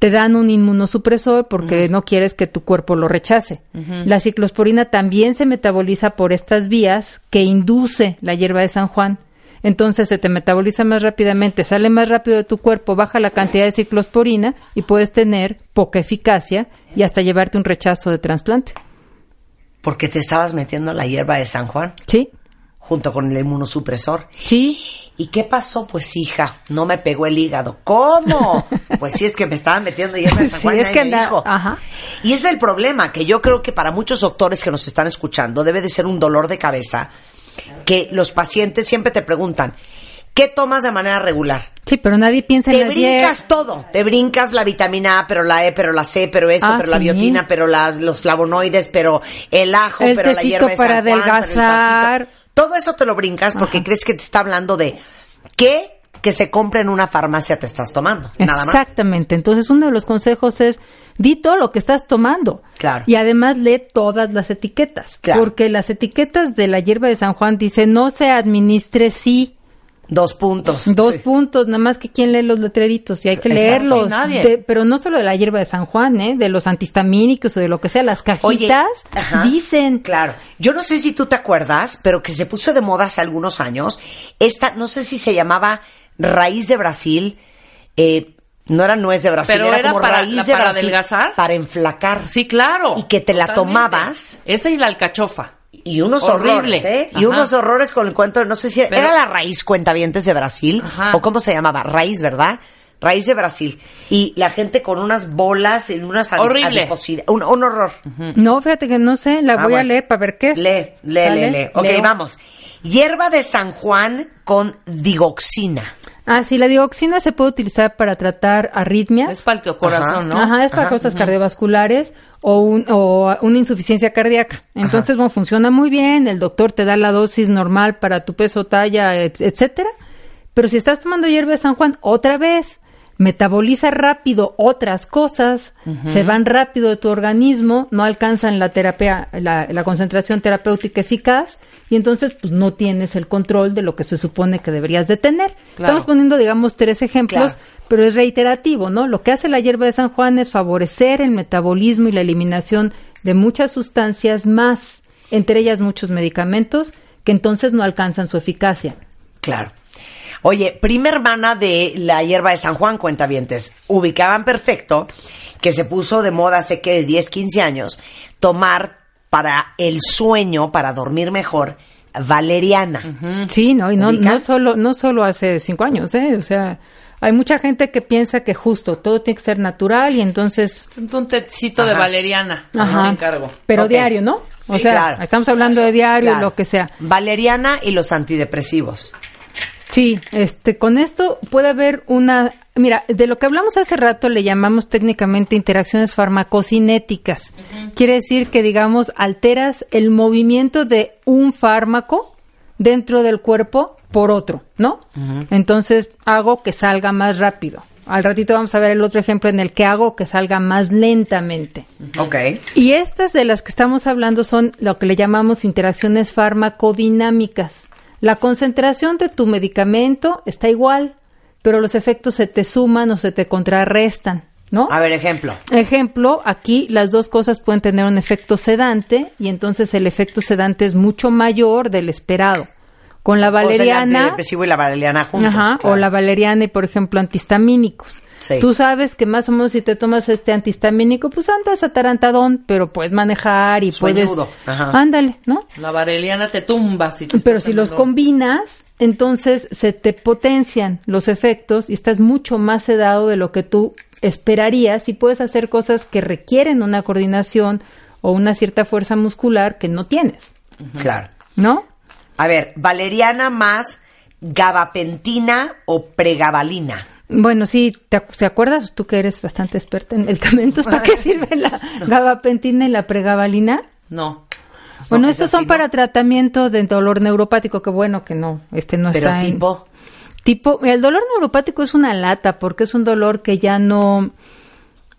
S7: te dan un inmunosupresor porque no quieres que tu cuerpo lo rechace.
S10: Ujú.
S7: La ciclosporina también se metaboliza por estas vías que induce la hierba de San Juan. Entonces se te metaboliza más rápidamente, sale más rápido de tu cuerpo, baja la cantidad de ciclosporina y puedes tener poca eficacia y hasta llevarte un rechazo de trasplante.
S4: Porque te estabas metiendo la hierba de San Juan.
S7: Sí.
S4: Junto con el inmunosupresor.
S7: Sí.
S4: ¿Y qué pasó? Pues hija, no me pegó el hígado.
S7: [laughs]
S4: ¿Cómo? pues sí, es que me estaba metiendo hierba de San
S7: Sí,
S4: Juan. y
S7: es
S4: nadie
S7: que
S4: me
S7: anda- ah.
S4: dijo. Y ese es el problema, que yo creo que para muchos doctores que nos están escuchando debe de ser un dolor de cabeza que los pacientes siempre te preguntan, ¿qué tomas de manera regular?
S7: Sí, pero nadie piensa
S4: Te
S7: en las diez.
S4: brincas todo, te brincas la vitamina A, pero la E, pero la C, pero esto,
S7: Ah,
S4: pero la
S7: sí.
S4: biotina, pero la- los flavonoides, pero el ajo,
S7: El
S4: pero la
S7: tecito
S4: hierba de San
S7: para
S4: Juan, pero el tacito.
S7: adelgazar.
S4: Todo eso te lo brincas porque crees que te está hablando de qué que se compra en una farmacia te estás tomando, nada más.
S7: Exactamente. Entonces, uno de los consejos es di todo lo que estás tomando.
S4: Claro.
S7: Y además lee todas las etiquetas.
S4: Claro.
S7: Porque las etiquetas de la hierba de San Juan dicen no se administre si.
S4: Dos puntos.
S7: Dos puntos, nada más que quién lee los letreritos y hay que
S4: Exacto.
S7: leerlos.
S4: Sí, nadie.
S7: De- pero no solo de la hierba de San Juan, ¿eh? de los antihistamínicos o de lo que sea, las cajitas.
S4: dicen. Claro. Yo no sé si tú te acuerdas, pero que se puso de moda hace algunos años. Esta, no sé si se llamaba raíz de Brasil. eh, no era nuez de Brasil,
S6: Pero
S4: era,
S6: era
S4: como
S6: para-
S4: raíz
S6: la-
S4: de
S6: para
S4: Brasil.
S6: adelgazar.
S4: Para enflacar.
S6: Sí, claro.
S4: Y que te la tomabas.
S6: Esa y la alcachofa.
S4: Y unos
S6: Horrible.
S4: horrores, ¿eh? Y
S6: Ajá.
S4: unos horrores con el cuento, de- no sé si era,
S6: Pero-
S4: ¿era la raíz cuentavientes de Brasil,
S6: Ajá.
S4: o cómo se llamaba, raíz, ¿verdad? Raíz de Brasil. Y la gente con unas bolas y unas adis-
S7: Horrible.
S4: adiposidad- Un, un horror.
S7: No, fíjate que no sé, la
S4: Ah,
S7: voy a
S4: bueno.
S7: leer para ver qué es.
S4: Lee, lee,
S7: ¿Sale?
S4: lee, lee. Ok,
S7: Leo.
S4: vamos. Hierba de San Juan con digoxina.
S7: Ah, sí, la dioxina se puede utilizar para tratar arritmias.
S6: Es para el corazón, ¿no?
S7: Ajá, es para
S6: Ajá.
S7: cosas
S6: Ujú.
S7: cardiovasculares o, un- o una insuficiencia cardíaca. Entonces, bueno, funciona muy bien, el doctor te da la dosis normal para tu peso, talla, et- etcétera. Pero si estás tomando hierba de San Juan, otra vez, metaboliza rápido otras cosas,
S10: Ujú.
S7: se van rápido de tu organismo, no alcanzan la terapia, la, la concentración terapéutica eficaz, y entonces pues no tienes el control de lo que se supone que deberías de tener.
S10: Claro.
S7: Estamos poniendo, digamos, tres ejemplos, pero es reiterativo, ¿no? Lo que hace la hierba de San Juan es favorecer el metabolismo y la eliminación de muchas sustancias más, entre ellas muchos medicamentos, que entonces no alcanzan su eficacia.
S4: Claro. Oye, prima hermana de la hierba de San Juan, cuentavientes, ubicaban perfecto que se puso de moda hace que de 10, 15 años tomar para el sueño, para dormir mejor, valeriana.
S7: Sí, no, y no, no solo, no solo hace cinco años, ¿eh? O sea, hay mucha gente que piensa que justo todo tiene que ser natural y entonces.
S6: Un tecito de
S7: Ajá.
S6: valeriana.
S7: Ajá.
S6: Ajá. Me encargo.
S7: Pero
S4: Ok.
S7: diario, ¿no? O
S4: Sí,
S7: sea,
S4: claro.
S7: estamos hablando de diario,
S4: Claro.
S7: lo que sea.
S4: Valeriana y los antidepresivos.
S7: Sí, este, con esto puede haber una, mira, de lo que hablamos hace rato le llamamos técnicamente interacciones farmacocinéticas. Quiere decir que, digamos, alteras el movimiento de un fármaco dentro del cuerpo por otro, ¿no? Entonces hago que salga más rápido. Al ratito vamos a ver el otro ejemplo en el que hago que salga más lentamente.
S4: Ok.
S7: Y estas de las que estamos hablando son lo que le llamamos interacciones farmacodinámicas. La concentración de tu medicamento está igual, pero los efectos se te suman o se te contrarrestan, ¿no?
S4: A ver, ejemplo.
S7: Ejemplo, aquí las dos cosas pueden tener un efecto sedante y entonces el efecto sedante es mucho mayor del esperado. Con la
S4: O sea, el
S7: valeriana,
S4: antidepresivo y la valeriana juntos.
S7: Ajá, o
S4: claro.
S7: la valeriana y por ejemplo antihistamínicos.
S4: Sí.
S7: Tú sabes que más o menos si te tomas este antihistamínico, pues andas atarantadón, pero puedes manejar y
S6: Sueñudo,
S7: puedes...
S6: ajá.
S7: Ándale, ¿no?
S6: La valeriana te tumba. Si
S7: Pero si los combinas, entonces se te potencian los efectos y estás mucho más sedado de lo que tú esperarías y puedes hacer cosas que requieren una coordinación o una cierta fuerza muscular que no tienes,
S4: Claro.
S7: ¿no?
S4: A ver, valeriana más gabapentina o pregabalina.
S7: Bueno, sí, ¿te, acu- ¿se acuerdas tú que eres bastante experta en medicamentos?
S4: [laughs]
S7: ¿Para qué sirve la gabapentina y la pregabalina?
S6: No.
S7: Bueno, estos son para tratamiento de dolor neuropático, que bueno que no, este no
S4: Pero
S7: está en-
S4: tipo.
S7: Tipo, el dolor neuropático es una lata porque es un dolor que ya no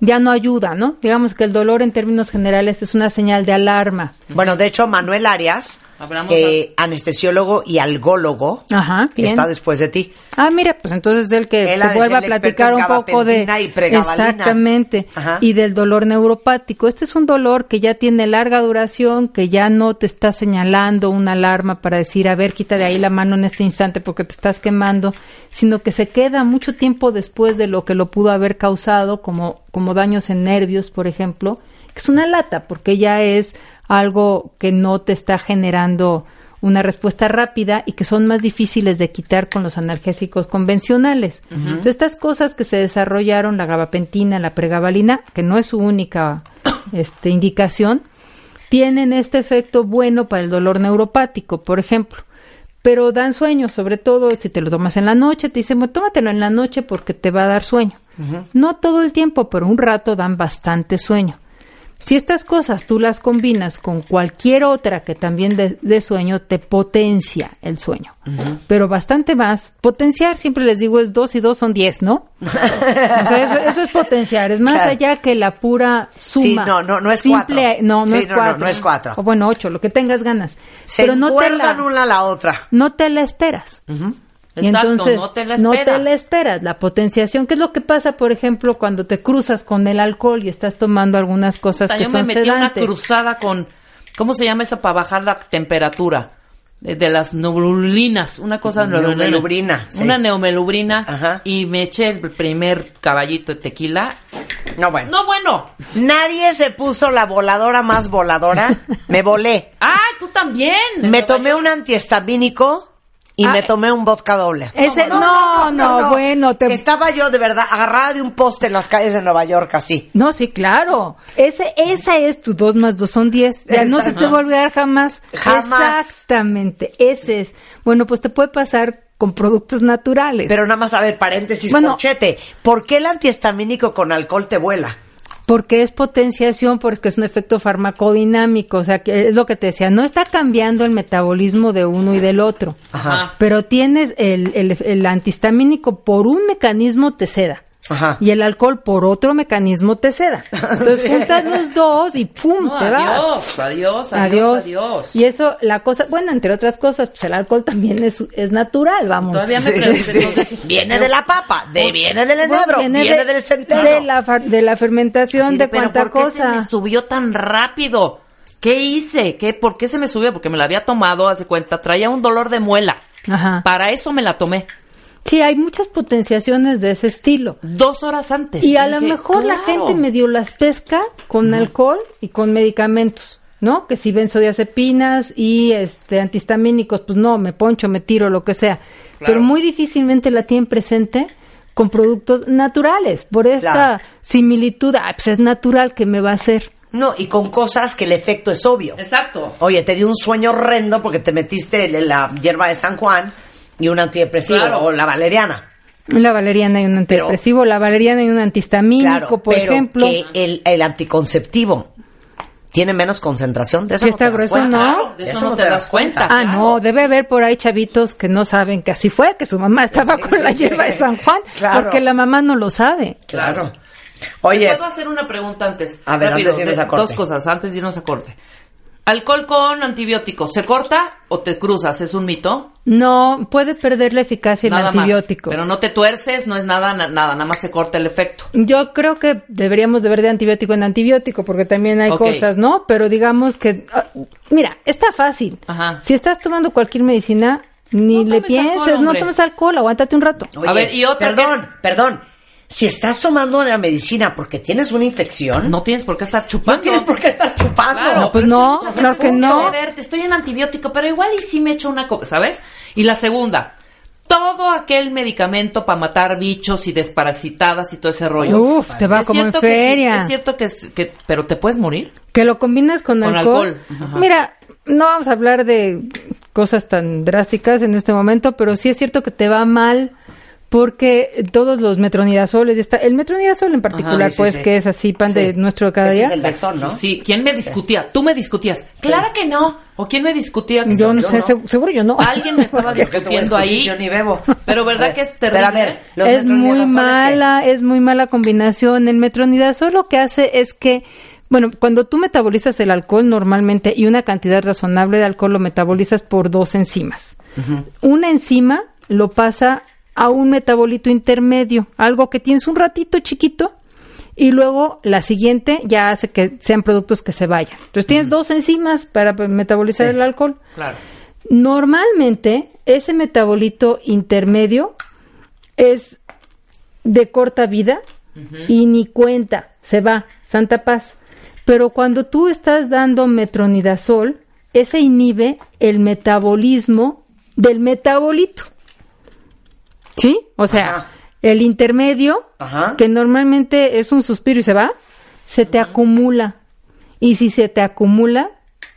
S7: ya no ayuda, ¿no? Digamos que el dolor en términos generales es una señal de alarma.
S4: Bueno, de hecho, Manuel Arias,
S7: Abramos
S4: eh, anestesiólogo y algólogo,
S7: Ajá, bien.
S4: está después de ti.
S7: Ah, mira, pues entonces es el que
S4: Él ha
S7: te
S4: de
S7: vuelva a
S4: ser el experto
S7: platicar
S4: en
S7: un poco de
S4: gabapentina y pregabalinas.
S7: exactamente
S4: Ajá.
S7: y del dolor neuropático. Este es un dolor que ya tiene larga duración, que ya no te está señalando una alarma para decir, a ver, quita de ahí la mano en este instante porque te estás quemando, sino que se queda mucho tiempo después de lo que lo pudo haber causado, como como daños en nervios, por ejemplo, que es una lata porque ya es algo que no te está generando una respuesta rápida y que son más difíciles de quitar con los analgésicos convencionales.
S10: Ujú.
S7: Entonces, estas cosas que se desarrollaron, la gabapentina, la pregabalina, que no es su única [coughs] este, indicación, tienen este efecto bueno para el dolor neuropático, por ejemplo. Pero dan sueño, sobre todo si te lo tomas en la noche, te dicen, bueno, tómatelo en la noche porque te va a dar sueño. No todo el tiempo, pero un rato dan bastante sueño. Si estas cosas tú las combinas con cualquier otra que también de, de sueño, te potencia el sueño. Pero bastante más. Potenciar, siempre les digo, es dos y dos son diez, ¿no? o sea, eso, eso es potenciar. Es más
S4: Claro.
S7: allá que la pura suma.
S4: Sí, no, no, no es
S7: Simple-
S4: cuatro.
S7: No, no
S4: Sí,
S7: es
S4: no, no,
S7: cuatro.
S4: no es cuatro.
S7: O bueno, ocho, lo que tengas ganas.
S4: Se
S7: Pero no te,
S4: encuerdan
S7: la,
S4: una a la otra.
S7: no te la esperas. y
S6: Exacto,
S7: entonces
S6: no te la esperas.
S7: la esperas. La potenciación, que es lo que pasa, por ejemplo, cuando te cruzas con el alcohol y estás tomando algunas cosas
S6: Puta,
S7: que
S6: yo me
S7: son
S6: metí a una
S7: sedantes.
S6: cruzada con, ¿cómo se llama esa para bajar la temperatura? De, de las nebulinas, una cosa
S4: Neomelubrina, sí.
S6: una neomelubrina y me eché el primer caballito de tequila.
S4: No bueno.
S6: No bueno.
S4: Nadie se puso la voladora más voladora.
S7: [laughs]
S4: Me volé.
S6: Ah, tú también.
S4: Me tomé un antihistamínico y
S7: Ah,
S4: me tomé un vodka doble.
S7: Ese- no, no, bueno, te-
S4: Estaba yo de verdad agarrada de un poste en las calles de Nueva York así.
S7: No, sí, claro. Ese, esa es tu 2 más 2 son 10. Ya no se te va a olvidar jamás.
S4: Jamás.
S7: Exactamente. Ese es. Bueno, pues te puede pasar con productos naturales.
S4: Pero nada más, a ver, paréntesis,
S7: Bueno.
S4: corchete. ¿Por qué el antihistamínico con alcohol te vuela?
S7: Porque es potenciación, porque es un efecto farmacodinámico. O sea, que es lo que te decía. No está cambiando el metabolismo de uno y del otro.
S4: Ajá.
S7: Pero tienes el, el, el antihistamínico por un mecanismo te seda.
S4: Ajá.
S7: Y el alcohol por otro mecanismo
S6: [laughs]
S7: te seda. Entonces juntas los dos y ¡pum!
S6: No,
S7: te vas.
S6: adiós, adiós, adiós, adiós,
S7: Adiós. Y eso, la cosa, bueno, entre otras cosas, pues el alcohol también es, es natural, vamos.
S6: Todavía me
S4: Sí,
S6: pregunté,
S4: sí.
S6: entonces,
S4: Viene de la papa, de, viene del
S7: Bueno,
S4: enebro, viene,
S7: de-
S4: del centeno.
S7: De la, fa- de la fermentación,
S6: así
S7: de
S6: pero
S7: cuánta
S6: ¿por qué se
S7: cosa.
S6: me subió tan rápido? ¿Qué hice? ¿Qué, ¿Por qué se me subió? Porque me la había tomado, hace cuenta, traía un dolor de muela.
S7: Ajá.
S6: Para eso me la tomé.
S7: Sí, hay muchas potenciaciones de ese estilo.
S6: Dos horas antes.
S7: Y a
S6: Dije,
S7: lo mejor la
S6: claro.
S7: gente medio las pesca con alcohol y con medicamentos, ¿no? Que si benzodiazepinas y este antihistamínicos, pues no, me poncho, me tiro, lo que sea. Pero muy difícilmente la tienen presente con productos naturales, por esta
S4: Claro.
S7: similitud, ah, pues es natural que me va a hacer.
S4: No, y con cosas que el efecto es obvio.
S6: Exacto.
S4: Oye, te dio un sueño horrendo porque te metiste en la hierba de San Juan y un antidepresivo
S6: Claro.
S4: o la valeriana.
S7: La valeriana hay un
S4: Pero-
S7: antidepresivo, la valeriana hay un antihistamínico,
S4: Claro,
S7: por
S4: pero
S7: ejemplo.
S4: que el, el anticonceptivo tiene menos concentración de eso.
S7: Si
S4: no
S7: está
S4: te das
S7: grueso,
S4: cuenta.
S7: ¿no?
S6: Claro, de eso, no te, das cuenta.
S7: Ah,
S6: claro.
S7: no, debe haber por ahí chavitos que no saben que así fue, que su mamá estaba
S4: Sí,
S7: con
S4: sí,
S7: la
S4: sí.
S7: hierba de San Juan,
S4: Claro.
S7: porque la mamá no lo sabe.
S4: Claro.
S6: ¿Te
S4: Oye,
S6: puedo hacer una pregunta antes?
S4: A ver,
S6: Rápido,
S4: antes de irnos
S6: de-
S4: a corte.
S6: Dos cosas, antes de irnos a corte. Alcohol con antibióticos, ¿se corta o te cruzas? ¿Es un mito?
S7: No, puede perder la eficacia el
S6: nada
S7: antibiótico.
S6: más. Pero no te tuerces, no es nada, na- nada, nada más se corta el efecto.
S7: Yo creo que deberíamos de ver de antibiótico en antibiótico, porque también hay
S6: Ok.
S7: cosas, ¿no? Pero digamos que, ah, mira, está fácil.
S6: Ajá.
S7: Si estás tomando cualquier medicina, ni
S6: No
S7: le
S6: tomes
S7: pienses,
S6: alcohol,
S7: no
S6: hombre.
S7: tomes alcohol, aguántate un rato.
S4: oye,
S6: A ver, y otra
S4: Perdón,
S6: que es-
S4: perdón. Si estás tomando la medicina porque tienes una infección, no,
S6: No tienes por qué estar chupando.
S4: tienes por qué estar chupando.
S6: Claro,
S7: No, pues
S6: pero es
S7: no,
S6: que mucha
S7: claro
S6: gente
S7: que
S6: dice,
S7: no.
S6: "A ver, te estoy en antibiótico, pero igual y sí me echo una cosa, ¿sabes? Y la segunda, todo aquel medicamento para matar bichos y desparasitadas y todo ese rollo.
S7: Uf, te va
S6: Es
S7: como en
S6: cierto que sí,
S7: feria.
S6: es cierto que, es- que- pero te puedes morir.
S7: Que lo combinas con,
S6: Con
S7: alcohol.
S6: alcohol, ajá.
S7: Mira, no vamos a hablar de cosas tan drásticas en este momento, pero sí es cierto que te va mal porque todos los metronidazoles, y esta- el metronidazol en particular,
S4: sí,
S7: pues
S4: sí.
S7: que es así pan de
S4: Sí.
S7: nuestro de cada
S4: Ese
S7: día.
S4: es el Dexón, ¿no?
S6: Sí, ¿quién me discutía? Tú me discutías. Claro que no. ¿O quién me discutía? Que
S7: Yo
S6: sí,
S7: no sé, seg- seguro yo no.
S6: Alguien me
S7: [laughs]
S6: estaba
S4: Porque es que te voy a
S6: discutiendo ahí.
S4: discutir, Yo ni bebo.
S6: Pero
S4: A
S6: ¿verdad
S4: ver,
S6: que es terrible?
S4: Pero a ver, los
S7: es muy
S4: metronidazol, ¿sabes qué?
S7: mala, es muy mala combinación. El metronidazol lo que hace es que, bueno, cuando tú metabolizas el alcohol normalmente y una cantidad razonable de alcohol lo metabolizas por dos enzimas. Una enzima lo pasa a un metabolito intermedio, algo que tienes un ratito chiquito y luego la siguiente ya hace que sean productos que se vayan. Entonces tienes dos enzimas para pues, metabolizar el alcohol.
S6: Claro.
S7: Normalmente, ese metabolito intermedio es de corta vida y ni cuenta, se va, Santa Paz. Pero cuando tú estás dando metronidazol, ese inhibe el metabolismo del metabolito. ¿Sí? O sea,
S4: Ajá.
S7: el intermedio,
S4: Ajá.
S7: que normalmente es un suspiro y se va, se te acumula. Y si se te acumula,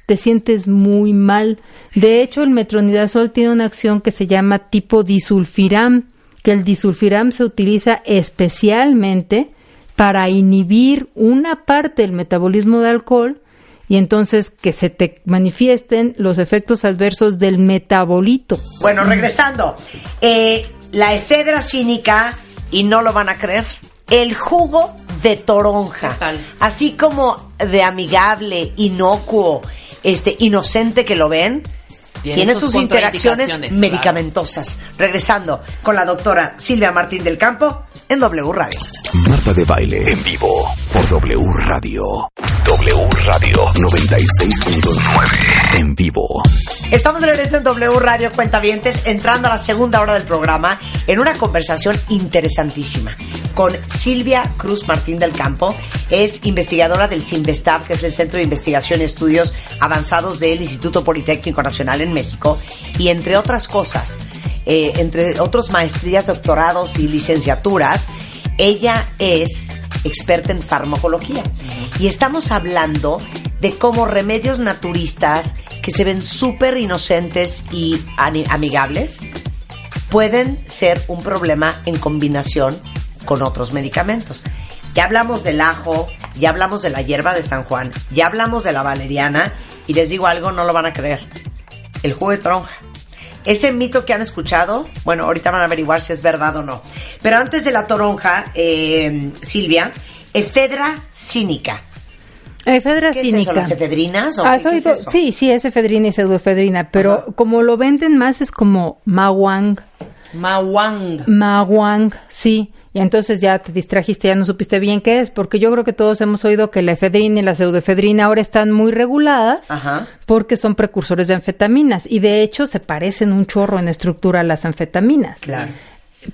S7: te sientes muy mal. De hecho, el metronidazol tiene una acción que se llama tipo disulfiram, que el disulfiram se utiliza especialmente para inhibir una parte del metabolismo de alcohol y entonces que se te manifiesten los efectos adversos del metabolito.
S4: Bueno, regresando. Eh, la efedra cínica, y no lo van a creer, el jugo de toronja.
S6: ¿Qué tal?
S4: Así como de amigable, inocuo, este, inocente que lo ven, Tiene, sus, interacciones medicamentosas. Regresando con la doctora Silvia Martín del Campo en W Radio.
S1: Marta de Baile en vivo por W Radio. W Radio 96.9 en vivo.
S4: Estamos de regreso en W Radio Cuentavientes, entrando a la segunda hora del programa en una conversación interesantísima con Silvia Cruz Martín del Campo. Es investigadora del CIMBESTAB, que es el Centro de Investigación y Estudios Avanzados del Instituto Politécnico Nacional en México. Y entre otras cosas, eh, entre otros maestrías, doctorados y licenciaturas, ella es experta en farmacología. Y estamos hablando de cómo remedios naturistas que se ven súper inocentes y ani- amigables pueden ser un problema en combinación con otros medicamentos. Ya hablamos del ajo, ya hablamos de la hierba de San Juan, ya hablamos de la valeriana y les digo algo, no lo van a creer. El jugo de toronja. Ese mito que han escuchado, bueno, ahorita van a averiguar si es verdad o no. Pero antes de la toronja, eh, Silvia, efedra cínica.
S7: Efedra
S4: ¿Qué es
S7: cínica.
S4: eso, las efedrinas? ¿O
S7: Ah,
S4: qué- qué
S7: soy
S4: es
S7: do-
S4: eso?
S7: Sí, sí, es efedrina y pseudoefedrina, pero como lo venden más es como mawang.
S6: Mawang.
S7: Mawang, sí. Y entonces ya te distrajiste, ya no supiste bien qué es, porque yo creo que todos hemos oído que la efedrina y la pseudoefedrina ahora están muy reguladas
S4: Ajá.
S7: porque son precursores de anfetaminas y de hecho se parecen un chorro en estructura a las anfetaminas.
S4: Claro.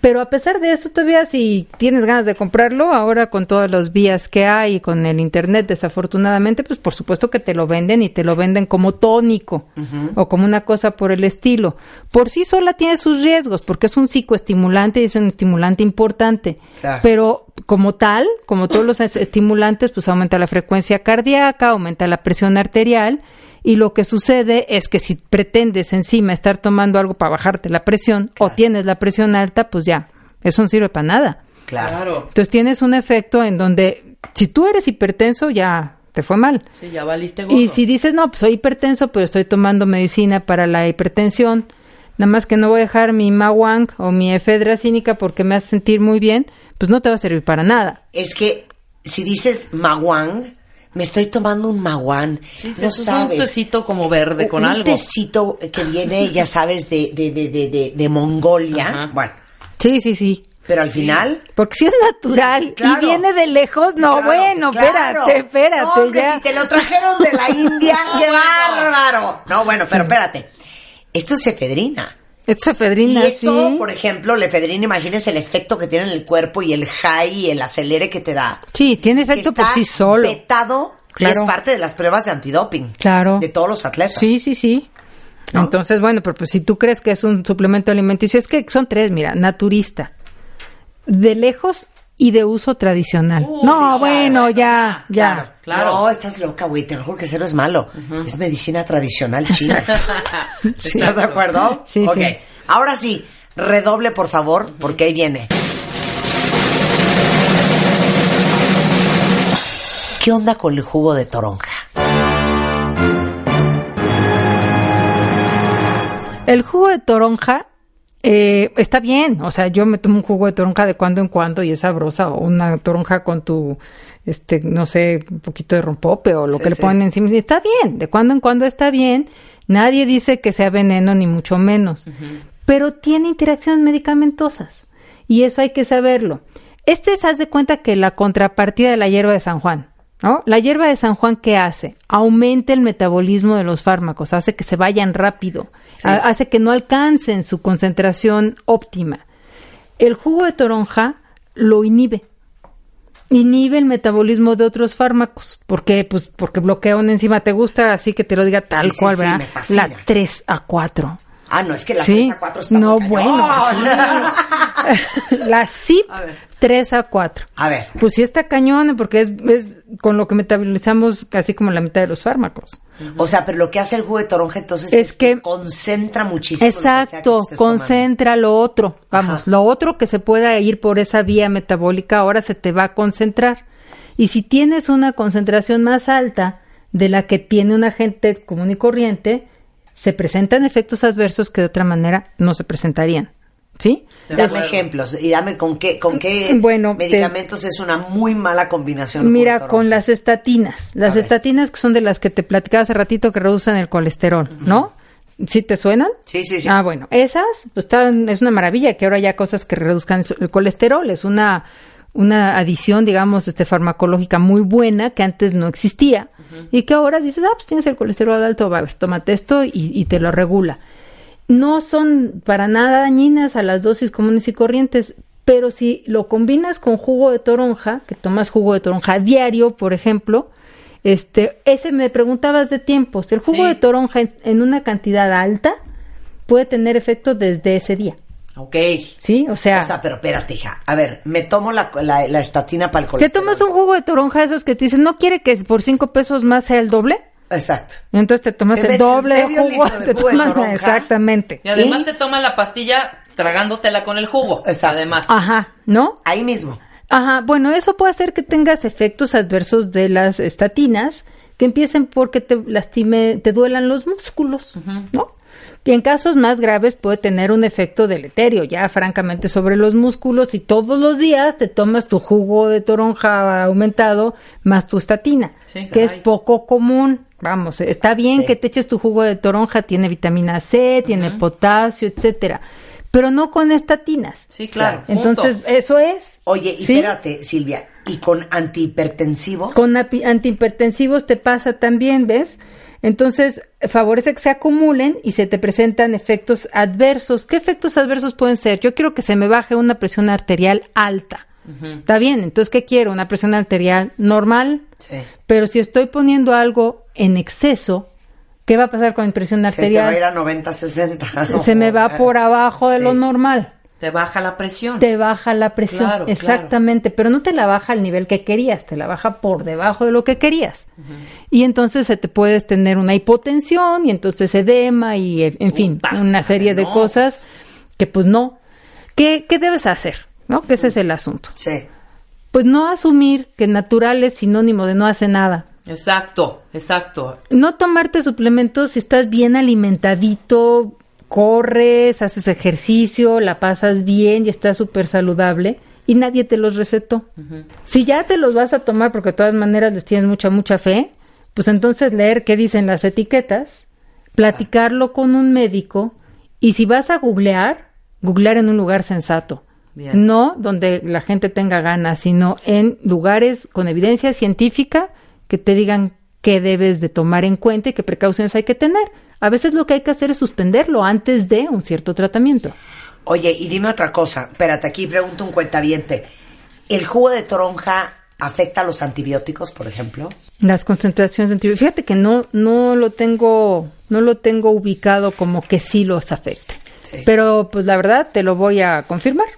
S7: Pero a pesar de eso, todavía si tienes ganas de comprarlo, ahora con todas las vías que hay y con el internet, desafortunadamente, pues por supuesto que te lo venden y te lo venden como tónico o como una cosa por el estilo. Por sí sola tiene sus riesgos, porque es un psicoestimulante y es un estimulante importante.
S10: Claro.
S7: Pero como tal, como todos los es- estimulantes, pues aumenta la frecuencia cardíaca, aumenta la presión arterial. Y lo que sucede es que si pretendes encima estar tomando algo para bajarte la presión o tienes la presión alta, pues ya, eso no sirve para nada.
S6: Claro.
S7: Entonces tienes un efecto en donde si tú eres hipertenso ya te fue mal.
S6: Sí, ya valiste gordo.
S7: Y si dices, no, pues soy hipertenso, pero estoy tomando medicina para la hipertensión, nada más que no voy a dejar mi Mawang o mi efedra cínica porque me hace sentir muy bien, pues no te va a servir para nada.
S4: Es que si dices maguán, me estoy tomando un maguán.
S6: sí,
S4: no
S6: eso es un
S4: sabes.
S6: tecito como verde con
S4: Un
S6: algo.
S4: tecito que viene, ya sabes, de, de, de, de, de, de Mongolia. Bueno.
S7: Sí, sí, sí.
S4: Pero al final.
S7: Porque si es natural
S4: claro.
S7: y viene de lejos, no,
S4: Claro,
S7: bueno,
S4: claro.
S7: espérate, espérate.
S4: No, hombre,
S7: ya.
S4: si te lo trajeron de la
S7: [laughs]
S4: India, qué bárbaro. No, bueno, pero espérate. Esto es efedrina.
S7: Esto es efedrina,
S4: Y eso,
S7: sí.
S4: por ejemplo, la efedrina, imagínense el efecto que tiene en el cuerpo y el high y el acelere que te da.
S7: Sí, tiene
S4: que
S7: efecto
S4: está
S7: por sí solo.
S4: vetado, que
S7: Claro.
S4: es parte de las pruebas de antidoping.
S7: Claro.
S4: De todos los atletas.
S7: Sí, sí, sí. Entonces, bueno, pero pues si tú crees que es un suplemento alimenticio, es que son tres, mira, naturista, de lejos y de uso tradicional.
S4: Uh,
S7: no,
S4: sí, claro.
S7: bueno, ya, ya.
S4: Claro. No, estás loca, güey. Te lo juro que eso no es malo. Es medicina tradicional
S7: [laughs]
S4: china. ¿Estás de acuerdo?
S7: Sí,
S4: Ok.
S7: sí.
S4: Ahora sí, redoble, por favor, porque ahí viene. ¿Qué onda con el jugo de toronja?
S7: El jugo de toronja eh, está bien, o sea, yo me tomo un jugo de toronja de cuando en cuando y es sabrosa, o una toronja con tu, este, no sé, un poquito de rompope o lo
S11: Sí,
S7: que le
S11: sí.
S7: ponen encima, y está bien, de cuando en cuando está bien, nadie dice que sea veneno ni mucho menos, pero tiene interacciones medicamentosas y eso hay que saberlo. Este se hace cuenta que la contrapartida de la hierba de San Juan, ¿no? La hierba de San Juan, ¿qué hace? Aumenta el metabolismo de los fármacos, hace que se vayan rápido, ha- hace que no alcancen su concentración óptima. El jugo de toronja lo inhibe, inhibe el metabolismo de otros fármacos, porque pues porque bloquea una enzima, te gusta así que te lo diga tal
S4: Sí, sí,
S7: cual,
S4: sí,
S7: ¿verdad?
S4: me fascina.
S7: La 3 a 4.
S4: Ah, no, es que la
S7: Sí.
S4: 3 a 4 está
S7: No,
S4: muy
S7: bueno.
S4: cañón.
S7: [laughs] La CIP 3 a 4.
S4: [laughs] A ver.
S7: Pues sí está cañón, porque es, es con lo que metabolizamos casi como la mitad de los fármacos.
S4: O sea, pero lo que hace el jugo de toronja entonces es, que, concentra muchísimo. lo que sea que
S7: Exacto,
S4: estés tomando.
S7: concentra lo otro, vamos, lo otro que se pueda ir por esa vía metabólica ahora se te va a concentrar. Y si tienes una concentración más alta de la que tiene un agente común y corriente, se presentan efectos adversos que de otra manera no se presentarían. ¿Sí?
S4: Dame ejemplos y dame con qué, con qué
S7: Bueno, te-
S4: medicamentos es una muy mala combinación. el jugo de
S7: Mira,
S4: toronja.
S7: con las estatinas. Las estatinas que son de las que te platicaba hace ratito que reducen el colesterol, ¿no? ¿Sí te suenan?
S4: Sí, sí, sí.
S7: Ah, bueno, esas pues, están, es una maravilla que ahora haya cosas que reduzcan el colesterol, es una una adición, digamos, este farmacológica muy buena que antes no existía y que ahora dices, ah, pues tienes el colesterol alto, va, a ver, tómate esto y, y te lo regula. No son para nada dañinas a las dosis comunes y corrientes, pero si lo combinas con jugo de toronja, que tomas jugo de toronja diario, por ejemplo, este, ese me preguntabas de tiempos. El jugo
S6: Sí.
S7: de toronja en- en una cantidad alta puede tener efecto desde ese día.
S6: [laughs] Ok.
S7: Sí, o sea.
S4: O sea, pero espérate, hija. A ver, me tomo la, la- la estatina para el
S7: ¿Te
S4: colesterol.
S7: tomas un jugo de toronja de esos que te dicen, no quiere que por cinco pesos más sea el doble?
S4: Exacto.
S7: Entonces te tomas
S4: Te
S7: el
S4: metes
S7: doble de
S4: medio
S7: jugo.
S4: litro de
S7: [laughs] te
S4: jugo de
S7: tomas-
S4: toronja.
S7: exactamente.
S6: Y además te tomas la pastilla tragándotela con el jugo. Además.
S7: Ajá, ¿no?
S4: Ahí mismo.
S7: Ajá, bueno, eso puede hacer que tengas efectos adversos de las estatinas que empiecen porque te lastime, te duelan los músculos, ¿no? Y en casos más graves puede tener un efecto deleterio, ya francamente sobre los músculos y todos los días te tomas tu jugo de toronja aumentado más tu estatina,
S6: Sí,
S7: que es
S6: caray.
S7: poco común. Vamos, está bien que te eches tu jugo de toronja, tiene vitamina C, tiene potasio, etcétera, pero no con estatinas.
S6: Sí, claro. punto.
S7: Entonces, eso es.
S4: Oye, y
S7: ¿Sí?
S4: espérate, Silvia. ¿Y con antihipertensivos?
S7: Con api- antihipertensivos te pasa también, ¿ves? Entonces, favorece que se acumulen y se te presentan efectos adversos. ¿Qué efectos adversos pueden ser? Yo quiero que se me baje una presión arterial alta. Está bien, entonces, ¿qué quiero? Una presión arterial normal.
S4: Sí.
S7: Pero si estoy poniendo algo en exceso, ¿qué va a pasar con mi presión
S4: Se te va a ir
S7: arterial?
S4: a 90, 60.
S7: Se me va por abajo de
S4: eh, Sí.
S7: lo normal.
S6: Te baja la presión.
S7: Te baja la presión,
S6: Claro, claro.
S7: exactamente, pero no te la baja al nivel que querías, te la baja por debajo de lo que querías. Y entonces se te puedes tener una hipotensión y entonces edema y eh, en fin,
S6: Puta,
S7: una serie de
S6: no.
S7: cosas que pues no. ¿Qué, qué debes hacer? ¿No? Que ese es el asunto.
S4: Sí.
S7: Pues no asumir que natural es sinónimo de no hace nada.
S6: Exacto, exacto.
S7: No tomarte suplementos si estás bien alimentadito, corres, haces ejercicio, la pasas bien y estás súper saludable y nadie te los recetó. Si ya te los vas a tomar porque de todas maneras les tienes mucha, mucha fe, pues entonces leer qué dicen las etiquetas, platicarlo con un médico y si vas a googlear, googlear en un lugar sensato.
S6: Bien.
S7: No donde la gente tenga ganas, sino en lugares con evidencia científica que te digan qué debes de tomar en cuenta y qué precauciones hay que tener. A veces lo que hay que hacer es suspenderlo antes de un cierto tratamiento.
S4: Oye, y dime otra cosa. Espérate, aquí pregunto un cuentaviente. ¿El jugo de toronja afecta a los antibióticos, por ejemplo?
S7: Las concentraciones de antibióticos. Fíjate que no, no lo tengo, no lo tengo ubicado como que sí los afecte.
S4: Sí.
S7: Pero pues la verdad te lo voy a confirmar.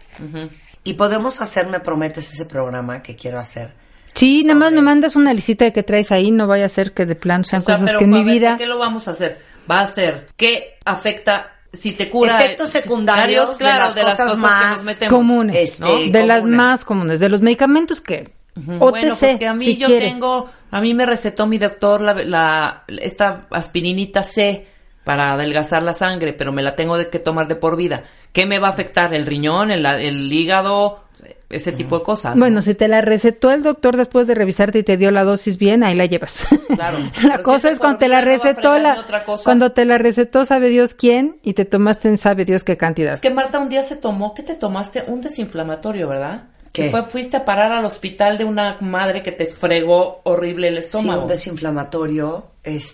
S4: Y podemos hacer, me prometes, ese programa que quiero hacer.
S7: Sí, nada más me mandas una listita de que traes ahí, no vaya a ser que de plano sean
S6: O sea,
S7: cosas
S6: pero
S7: que en mi
S6: a ver,
S7: vida.
S6: ¿de ¿Qué lo vamos a hacer? Va a ser que afecta si te cura
S4: Efectos secundarios de
S6: claro,
S4: las
S6: de las
S4: cosas
S6: cosas que
S4: más
S6: nos metemos.
S7: comunes,
S4: Este,
S7: ¿no? de las
S4: comunes.
S7: más comunes, de los medicamentos que
S6: Ujú.
S7: OTC,
S6: bueno, pues que a mí
S7: si
S6: yo
S7: quieres.
S6: tengo, a mí me recetó mi doctor la, la- esta aspirinita C para adelgazar la sangre, pero me la tengo de que tomar de por vida. ¿Qué me va a afectar? ¿El riñón, el, el hígado, ese tipo de cosas?
S7: Bueno,
S6: ¿no?
S7: si te la recetó el doctor después de revisarte y te dio la dosis bien, ahí la llevas. [laughs]
S6: Claro. Pero
S7: la
S6: si
S7: cosa
S6: es
S7: es cuando te
S6: por vida,
S7: la
S6: no va a
S7: recetó
S6: fregar
S7: la
S6: de otra cosa.
S7: cuando te la recetó sabe Dios quién y te tomaste en sabe Dios qué cantidad.
S6: Es que Marta un día se tomó, ¿qué te tomaste? Un desinflamatorio, ¿verdad?
S4: ¿Qué?
S6: Que fue, fuiste a parar al hospital de una madre que te fregó horrible el
S4: Sí, un
S6: estómago.
S4: desinflamatorio,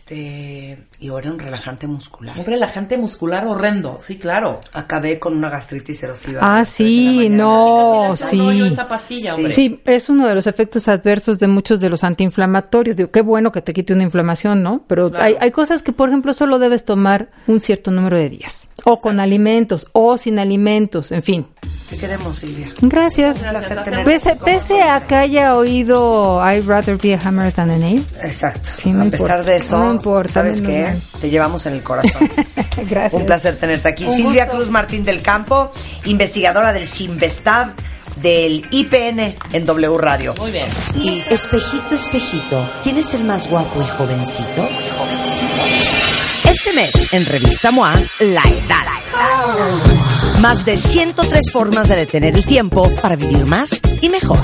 S4: este, y ahora un relajante muscular.
S6: un relajante muscular horrendo, sí, claro.
S4: Acabé con una gastritis erosiva.
S7: Ah,
S4: a las tres de la
S7: sí,
S4: mañana. Oh,
S7: no,
S6: Así le hacía
S7: sí.
S6: yo esa pastilla, hombre.
S7: Sí, es uno de los efectos adversos de muchos de los antiinflamatorios. Digo, qué bueno que te quite una inflamación, ¿no? Pero
S6: Claro.
S7: hay, hay cosas que, por ejemplo, solo debes tomar un cierto número de días. O con alimentos, o sin alimentos, en fin.
S4: Te queremos, Silvia.
S7: Gracias.
S4: placer tenerte,
S7: Pese,
S4: como
S7: pese a que haya oído I'd rather be a hammer than a nail.
S4: Exacto.
S7: Sí, no
S4: a pesar
S7: importa,
S4: de eso,
S7: no importa,
S4: ¿sabes
S7: menos
S4: qué?
S7: mal.
S4: Te llevamos en el
S7: [laughs]
S4: corazón.
S7: [laughs] Gracias.
S4: Un placer tenerte aquí.
S7: Un
S4: Silvia
S7: gusto.
S4: Cruz Martín del Campo, investigadora del Sinvestav del IPN en W Radio.
S6: Muy bien.
S9: Y espejito, espejito, ¿quién es el más guapo y jovencito? Este mes, en Revista MOA, la edad. Más de 103 formas de detener el tiempo para vivir más y mejor.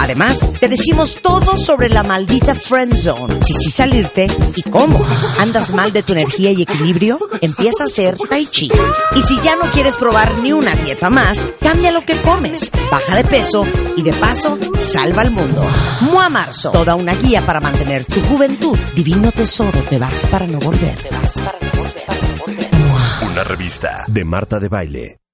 S9: Además, te decimos todo sobre la maldita friend zone. Si sí salirte y cómo. ¿Andas mal de tu energía y equilibrio? Empieza a hacer tai chi. Y si ya no quieres probar ni una dieta más, cambia lo que comes, baja de peso y de paso salva al mundo. Mua Marzo, toda una guía para mantener tu juventud. Divino tesoro, te vas para no volver. Te vas para no volver.
S10: Una revista de Marta de Baile.